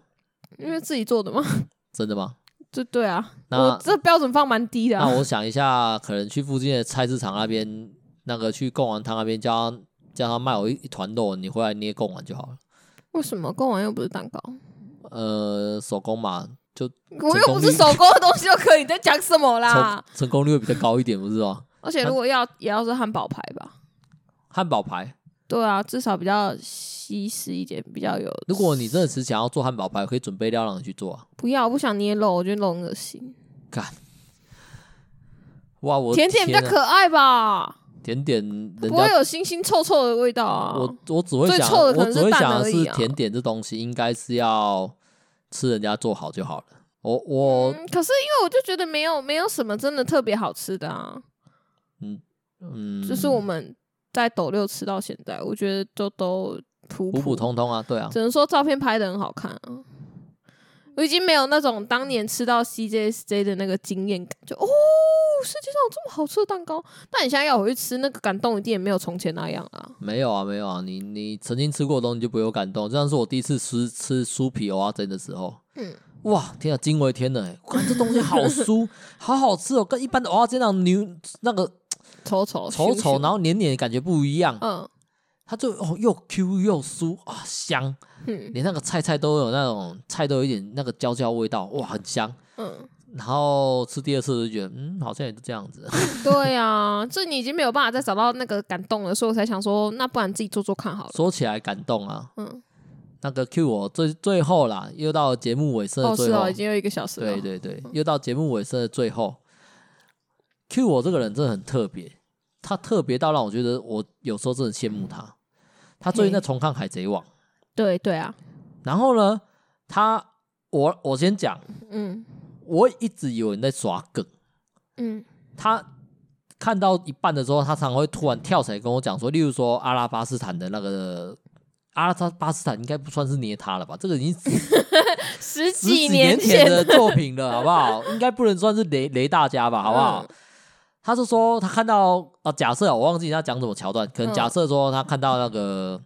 Speaker 2: 因为自己做的嘛。
Speaker 1: 真的吗？
Speaker 2: 对对啊，
Speaker 1: 那
Speaker 2: 我这标准放蛮低的、
Speaker 1: 那
Speaker 2: 啊。
Speaker 1: 我想一下，可能去附近的菜市场那边，那个去贡丸汤那边叫他叫他卖我一一团肉，你回来捏贡丸就好了。
Speaker 2: 为什么贡丸又不是蛋糕？
Speaker 1: 呃，手工嘛，就
Speaker 2: 我又不是手工的东西就可以，你在讲什么啦
Speaker 1: 成？成功率会比较高一点，不是吗？
Speaker 2: 而且如果要也要是汉堡排吧，
Speaker 1: 汉堡排，
Speaker 2: 对啊，至少比较西式一点，比较有。
Speaker 1: 如果你真的只想要做汉堡排，可以准备料让你去做啊。
Speaker 2: 不要，我不想捏肉，我觉得肉很恶心。
Speaker 1: 哇，我
Speaker 2: 甜点比较
Speaker 1: 天啊
Speaker 2: 可爱吧？
Speaker 1: 甜点人
Speaker 2: 不会
Speaker 1: 家
Speaker 2: 有腥腥臭臭的味道啊！
Speaker 1: 我我只会
Speaker 2: 最
Speaker 1: 想，
Speaker 2: 臭的可
Speaker 1: 我
Speaker 2: 能
Speaker 1: 只
Speaker 2: 是
Speaker 1: 会
Speaker 2: 蛋
Speaker 1: 想的
Speaker 2: 而已
Speaker 1: 是
Speaker 2: 啊
Speaker 1: 甜点这东西应该是要吃人家做好就好了。我我
Speaker 2: 嗯，可是因为我就觉得没有没有什么真的特别好吃的啊，
Speaker 1: 嗯，
Speaker 2: 就是我们在斗六吃到现在，我觉得就都普
Speaker 1: 普普通通啊，对啊，
Speaker 2: 只能说照片拍的很好看啊。我已经没有那种当年吃到 CJSJ 的那个经验感，就哦，世界上有这么好吃的蛋糕。但你现在要我去吃，那个感动一定也没有从前那样啊。
Speaker 1: 没有啊，没有啊，你你曾经吃过的东西就不会有感动。就像是我第一次吃吃酥皮蚵仔煎的时候，
Speaker 2: 嗯
Speaker 1: 哇，天啊，惊为天人、 欸！看这东西好酥，好好吃哦，跟一般的蚵仔煎那种牛那个
Speaker 2: 丑丑
Speaker 1: 稠
Speaker 2: 咻咻
Speaker 1: 稠，然后黏黏的感觉不一样。
Speaker 2: 嗯
Speaker 1: 它就哦又 Q 又酥啊，香，
Speaker 2: 嗯
Speaker 1: 连那个菜菜都有那种菜都有一点那个焦焦味道，哇，很香。
Speaker 2: 嗯，
Speaker 1: 然后吃第二次就觉得，嗯，好像也就这样子。
Speaker 2: 对啊，这你已经没有办法再找到那个感动了，所以我才想说，那不然自己做做看好了。
Speaker 1: 说起来感动啊，
Speaker 2: 嗯，
Speaker 1: 那个 Q 我最最后啦，又到节目尾声
Speaker 2: 哦
Speaker 1: 的
Speaker 2: 是
Speaker 1: 最后，
Speaker 2: 哦，已经有嗯一个小时了。
Speaker 1: 对对对，又到节目尾声的最后，Q 我这个人真的很特别，他特别到让我觉得我有时候真的羡慕他。他最近在
Speaker 2: 嘿
Speaker 1: 重看《海贼王》，
Speaker 2: 对对啊，
Speaker 1: 然后呢，他我我先讲，
Speaker 2: 嗯
Speaker 1: 我一直以为你在耍梗。
Speaker 2: 嗯
Speaker 1: 他看到一半的时候，他常常会突然跳起来跟我讲说，例如说阿拉巴斯坦的那个阿拉巴斯坦应该不算是捏他了吧？这个已经十
Speaker 2: 十
Speaker 1: 十几
Speaker 2: 几
Speaker 1: 年前
Speaker 2: 前
Speaker 1: 的作品了，好不好？应该不能算是雷雷大家吧，好不好？他是说他看到啊、假设我忘记他讲什么桥段，可能
Speaker 2: 嗯
Speaker 1: 假设说他看到那个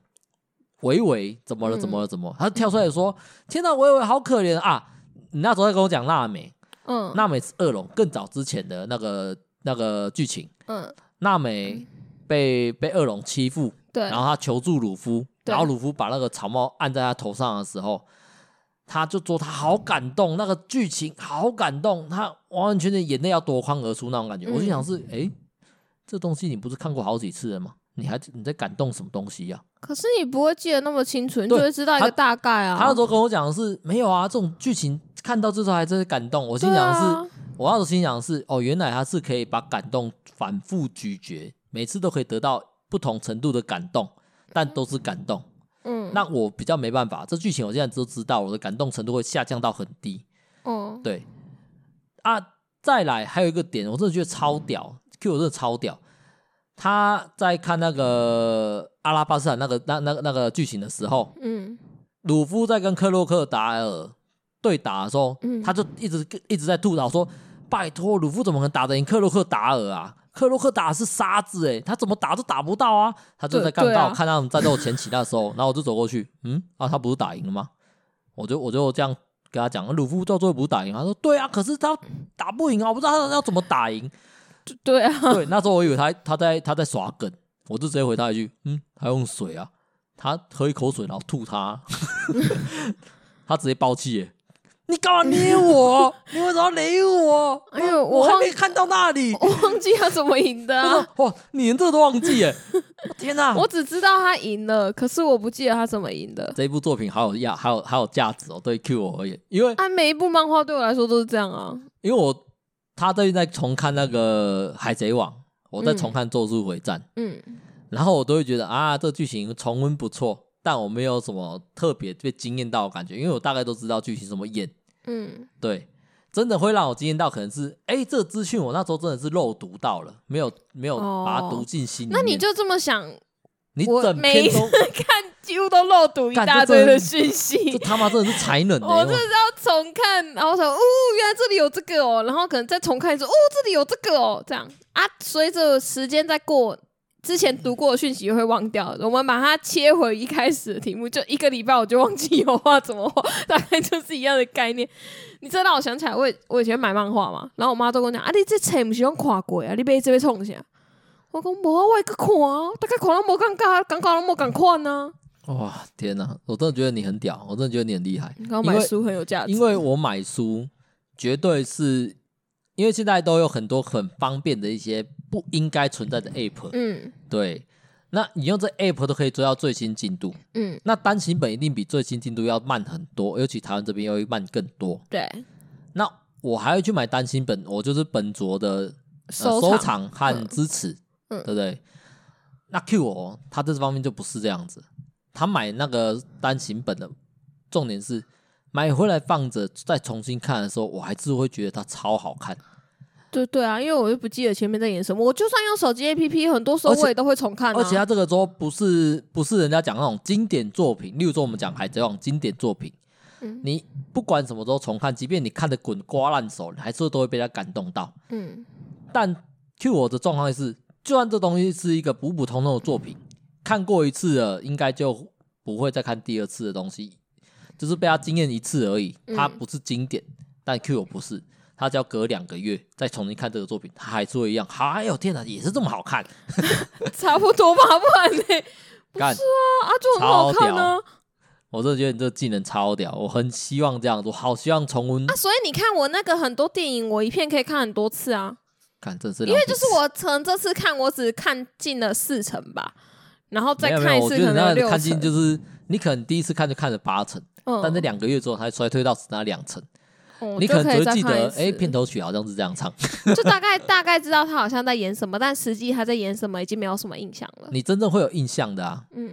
Speaker 1: 维维怎么了，怎么了，怎么了？他跳出来说：“天哪，维维好可怜啊！”你那时候在跟我讲娜美，
Speaker 2: 嗯
Speaker 1: 娜美是恶龙更早之前的那个那个剧情，
Speaker 2: 嗯
Speaker 1: 娜美被被恶龙欺负，
Speaker 2: 对，
Speaker 1: 然后他求助鲁夫，
Speaker 2: 对
Speaker 1: 然后鲁夫把那个草帽按在他头上的时候，他就说他好感动，那个剧情好感动，他完完全全眼泪要夺眶而出那种感觉。
Speaker 2: 嗯
Speaker 1: 我就想是，哎、这东西你不是看过好几次了吗？你还你在感动什么东西呀、
Speaker 2: 可是你不会记得那么清楚，你
Speaker 1: 对
Speaker 2: 就会知道一
Speaker 1: 他
Speaker 2: 个大概啊。
Speaker 1: 他那时候跟我讲的是没有啊，这种剧情看到这时候还真是感动。我心
Speaker 2: 对
Speaker 1: 想的是，
Speaker 2: 啊，
Speaker 1: 我那时候心想的是，哦，原来他是可以把感动反复咀嚼，每次都可以得到不同程度的感动，但都是感动。
Speaker 2: 嗯，
Speaker 1: 那我比较没办法，这剧情我现在都知道，我的感动程度会下降到很低。
Speaker 2: 嗯
Speaker 1: 对啊，再来还有一个点，我真的觉得超屌，Q 我真的超屌。他在看那个阿拉巴斯坦那个那那那个剧情的时候，
Speaker 2: 嗯
Speaker 1: 鲁夫在跟克洛克达尔对打的时候，
Speaker 2: 嗯
Speaker 1: 他就一直一直在吐槽说：“拜托，鲁夫怎么可能打得赢克洛克达尔啊？克洛克达尔是沙子诶、他怎么打都打不到啊！”他就在
Speaker 2: 对
Speaker 1: 干
Speaker 2: 对
Speaker 1: 到、
Speaker 2: 啊
Speaker 1: 看他们战斗前期那时候，然后我就走过去，嗯啊，他不是打赢了吗？我就我就这样跟他讲，鲁夫到最后不是打赢吗，他说：“对啊，可是他打不赢啊，我不知道他要怎么打赢。”
Speaker 2: 对 对啊，
Speaker 1: 对，那时候我以为他他在他在耍梗，我就直接回他一句，嗯，他用水啊，他喝一口水然后吐他， 他直接爆气耶。你干嘛捏我？你为什么要雷我？
Speaker 2: 哎呦，
Speaker 1: 我
Speaker 2: 我
Speaker 1: 还
Speaker 2: 忘
Speaker 1: 没看到那里。
Speaker 2: 我忘 记他怎么赢的、啊，
Speaker 1: 哇，你连这个都忘记耶！天哪、
Speaker 2: 我只知道他赢了，可是我不记得他怎么赢的。
Speaker 1: 这一部作品好有价，还有还有价值哦。对 Q 我而言，因为
Speaker 2: 啊，每一部漫画对我来说都是这样啊。
Speaker 1: 因为我他最近在重看那个《海贼王》，我在重看《咒术回战》
Speaker 2: 嗯，
Speaker 1: 然后我都会觉得啊，这剧情重温不错，但我没有什么特别被惊艳到的感觉，因为我大概都知道剧情怎么演。
Speaker 2: 嗯
Speaker 1: 对，真的会让我惊艳到，可能是哎，这个资讯我那时候真的是漏读到了，没有没有
Speaker 2: 哦
Speaker 1: 把它读进心里面。
Speaker 2: 那你就这么想，
Speaker 1: 你
Speaker 2: 我
Speaker 1: 整
Speaker 2: 每一
Speaker 1: 篇
Speaker 2: 次
Speaker 1: 都
Speaker 2: 看几乎都漏读一
Speaker 1: 干
Speaker 2: 大
Speaker 1: 这真
Speaker 2: 堆的
Speaker 1: 的
Speaker 2: 讯息
Speaker 1: 这，他妈真的是才能、欸，
Speaker 2: 我
Speaker 1: 我
Speaker 2: 真的是要重看，然后想，哦，原来这里有这个哦，然后可能再重看一次，哦，这里有这个哦，这样啊，随着时间在过，之前读过的讯息会忘掉的。我们把它切回一开始的题目，就一个礼拜我就忘记有画怎么画，大概就是一样的概念。你这让我想起来，我以我以前买漫画嘛，然后我妈都跟我讲，啊，你这册不是用看过啊，你买这要创啥？我讲无啊，我会去看啊，大概看拢无感觉，感觉拢无共款啊。
Speaker 1: 哇天哪！我真的觉得你很屌，我真的觉得你很厉 害。
Speaker 2: 你看我买
Speaker 1: 因为
Speaker 2: 书很有价值，
Speaker 1: 因为我买书绝对是因为现在都有很多很方便的一些不应该存在的 app，、
Speaker 2: 嗯
Speaker 1: 对。那你用这 app 都可以追到最新进度，
Speaker 2: 嗯，
Speaker 1: 那单行本一定比最新进度要慢很多，尤其台湾这边又会慢更多。
Speaker 2: 对，
Speaker 1: 那我还会去买单行本，我就是本着的、呃、
Speaker 2: 收
Speaker 1: 收
Speaker 2: 藏
Speaker 1: 藏和支持，
Speaker 2: 嗯
Speaker 1: 对不对？那 Q 我哦他这方面就不是这样子，他买那个单行本的，重点是买回来放着，再重新看的时候，我还是会觉得它超好看。
Speaker 2: 对对啊，因为我就不记得前面在演什么。我就算用手机 APP，很多时候
Speaker 1: 而且
Speaker 2: 我也都会重看、啊
Speaker 1: 而且它这个说不是不是人家讲那种经典作品，例如说我们讲《海贼王》经典作品，
Speaker 2: 嗯
Speaker 1: 你不管什么时候重看，即便你看的滚瓜烂熟，你还是都会被它感动到。
Speaker 2: 嗯
Speaker 1: 但 Q 我的状况是，就算这东西是一个普普通通的作品，看过一次了，应该就不会再看第二次的东西，就是被他惊艳一次而已，它
Speaker 2: 嗯
Speaker 1: 不是经典。但 Q 我不是，他只要隔两个月再重新看这个作品，他还是会一样。哎呦天哪，也是这么好看，
Speaker 2: 差不多吧，不然 嘞
Speaker 1: 干！
Speaker 2: 啊，就很好看呢、啊。
Speaker 1: 我真的觉得你这个技能超屌，我很希望这样，我好希望重温。
Speaker 2: 所以你看我那个很多电影，我一片可以看很多次
Speaker 1: 哦
Speaker 2: 啊，
Speaker 1: 看，真是
Speaker 2: 因为
Speaker 1: 浪费
Speaker 2: 就是
Speaker 1: 时
Speaker 2: 我从这次看，我只看进了四成吧，然后再
Speaker 1: 没有没
Speaker 2: 看
Speaker 1: 有，
Speaker 2: 一
Speaker 1: 我
Speaker 2: 次
Speaker 1: 觉得
Speaker 2: 可
Speaker 1: 你那
Speaker 2: 能有
Speaker 1: 个
Speaker 2: 六
Speaker 1: 看进
Speaker 2: 成。
Speaker 1: 就是你可能第一次看就看了八成，
Speaker 2: 嗯
Speaker 1: 但这两个月之后，它衰退到只拿两成。
Speaker 2: 哦
Speaker 1: 你
Speaker 2: 就
Speaker 1: 可能
Speaker 2: 可以
Speaker 1: 只
Speaker 2: 再
Speaker 1: 会记
Speaker 2: 看一
Speaker 1: 得，
Speaker 2: 次
Speaker 1: 哎、片头曲好像是这样唱。
Speaker 2: 就大概大概知道他好像在演什么，但实际他在演什么已经没有什么印象了。
Speaker 1: 你真正会有印象的啊，
Speaker 2: 嗯。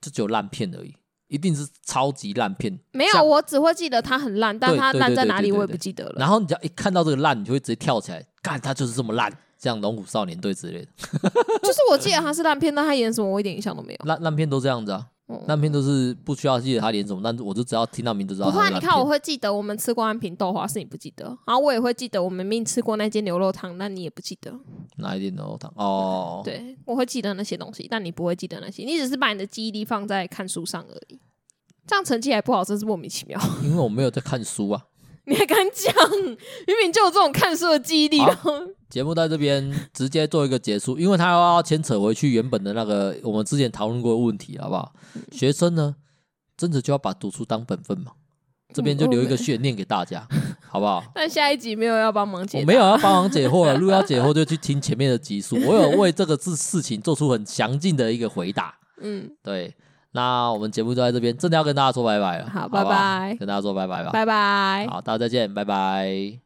Speaker 1: 就只有烂片而已，一定是超级烂片。
Speaker 2: 没有，
Speaker 1: 像
Speaker 2: 我只会记得它很烂，但
Speaker 1: 对
Speaker 2: 它
Speaker 1: 对
Speaker 2: 烂
Speaker 1: 对
Speaker 2: 在
Speaker 1: 对
Speaker 2: 哪
Speaker 1: 对
Speaker 2: 里
Speaker 1: 对
Speaker 2: 我也
Speaker 1: 对
Speaker 2: 不记得了。
Speaker 1: 然后你只要一看到这个烂，你就会直接跳起来，干，它就是这么烂，像《龙虎少年队》之类的，
Speaker 2: 就是我记得它是烂片，但它演什么我一点印象都没有。
Speaker 1: 烂烂片都这样子啊。
Speaker 2: 嗯
Speaker 1: 烂片都是不需要记得他演什么，但是我就只要听到名字就知道他
Speaker 2: 不怕，
Speaker 1: 是
Speaker 2: 你
Speaker 1: 烂
Speaker 2: 看我
Speaker 1: 片。
Speaker 2: 会记得我们吃过安平豆花是你不记得，然后我也会记得我们明明吃过那间牛肉汤，但你也不记得。
Speaker 1: 哪一点都糖哦，
Speaker 2: 对，我会记得那些东西，但你不会记得那些，你只是把你的记忆力放在看书上而已。这样成绩还不好，真是莫名其妙。
Speaker 1: 因为我没有在看书啊。
Speaker 2: 你还敢讲？明明就有这种看书的记忆力，
Speaker 1: 好
Speaker 2: 然后
Speaker 1: 节目在这边直接做一个结束，因为他要牵扯回去原本的那个我们之前讨论过的问题，好不好？学生呢，真的就要把读书当本分嘛，这边就留一个悬念给大家，好不好？
Speaker 2: 但下一集没有要帮忙
Speaker 1: 我
Speaker 2: 解答。
Speaker 1: 哦没有要帮忙解惑了，如果要解惑就去听前面的集数，我有为这个事事情做出很详尽的一个回答。
Speaker 2: 嗯，
Speaker 1: 对，那我们节目就在这边，真的要跟大家说拜拜了，
Speaker 2: 好
Speaker 1: 不
Speaker 2: 拜拜
Speaker 1: 跟大家说拜拜吧，
Speaker 2: 拜拜。
Speaker 1: 好，大家再见，拜拜。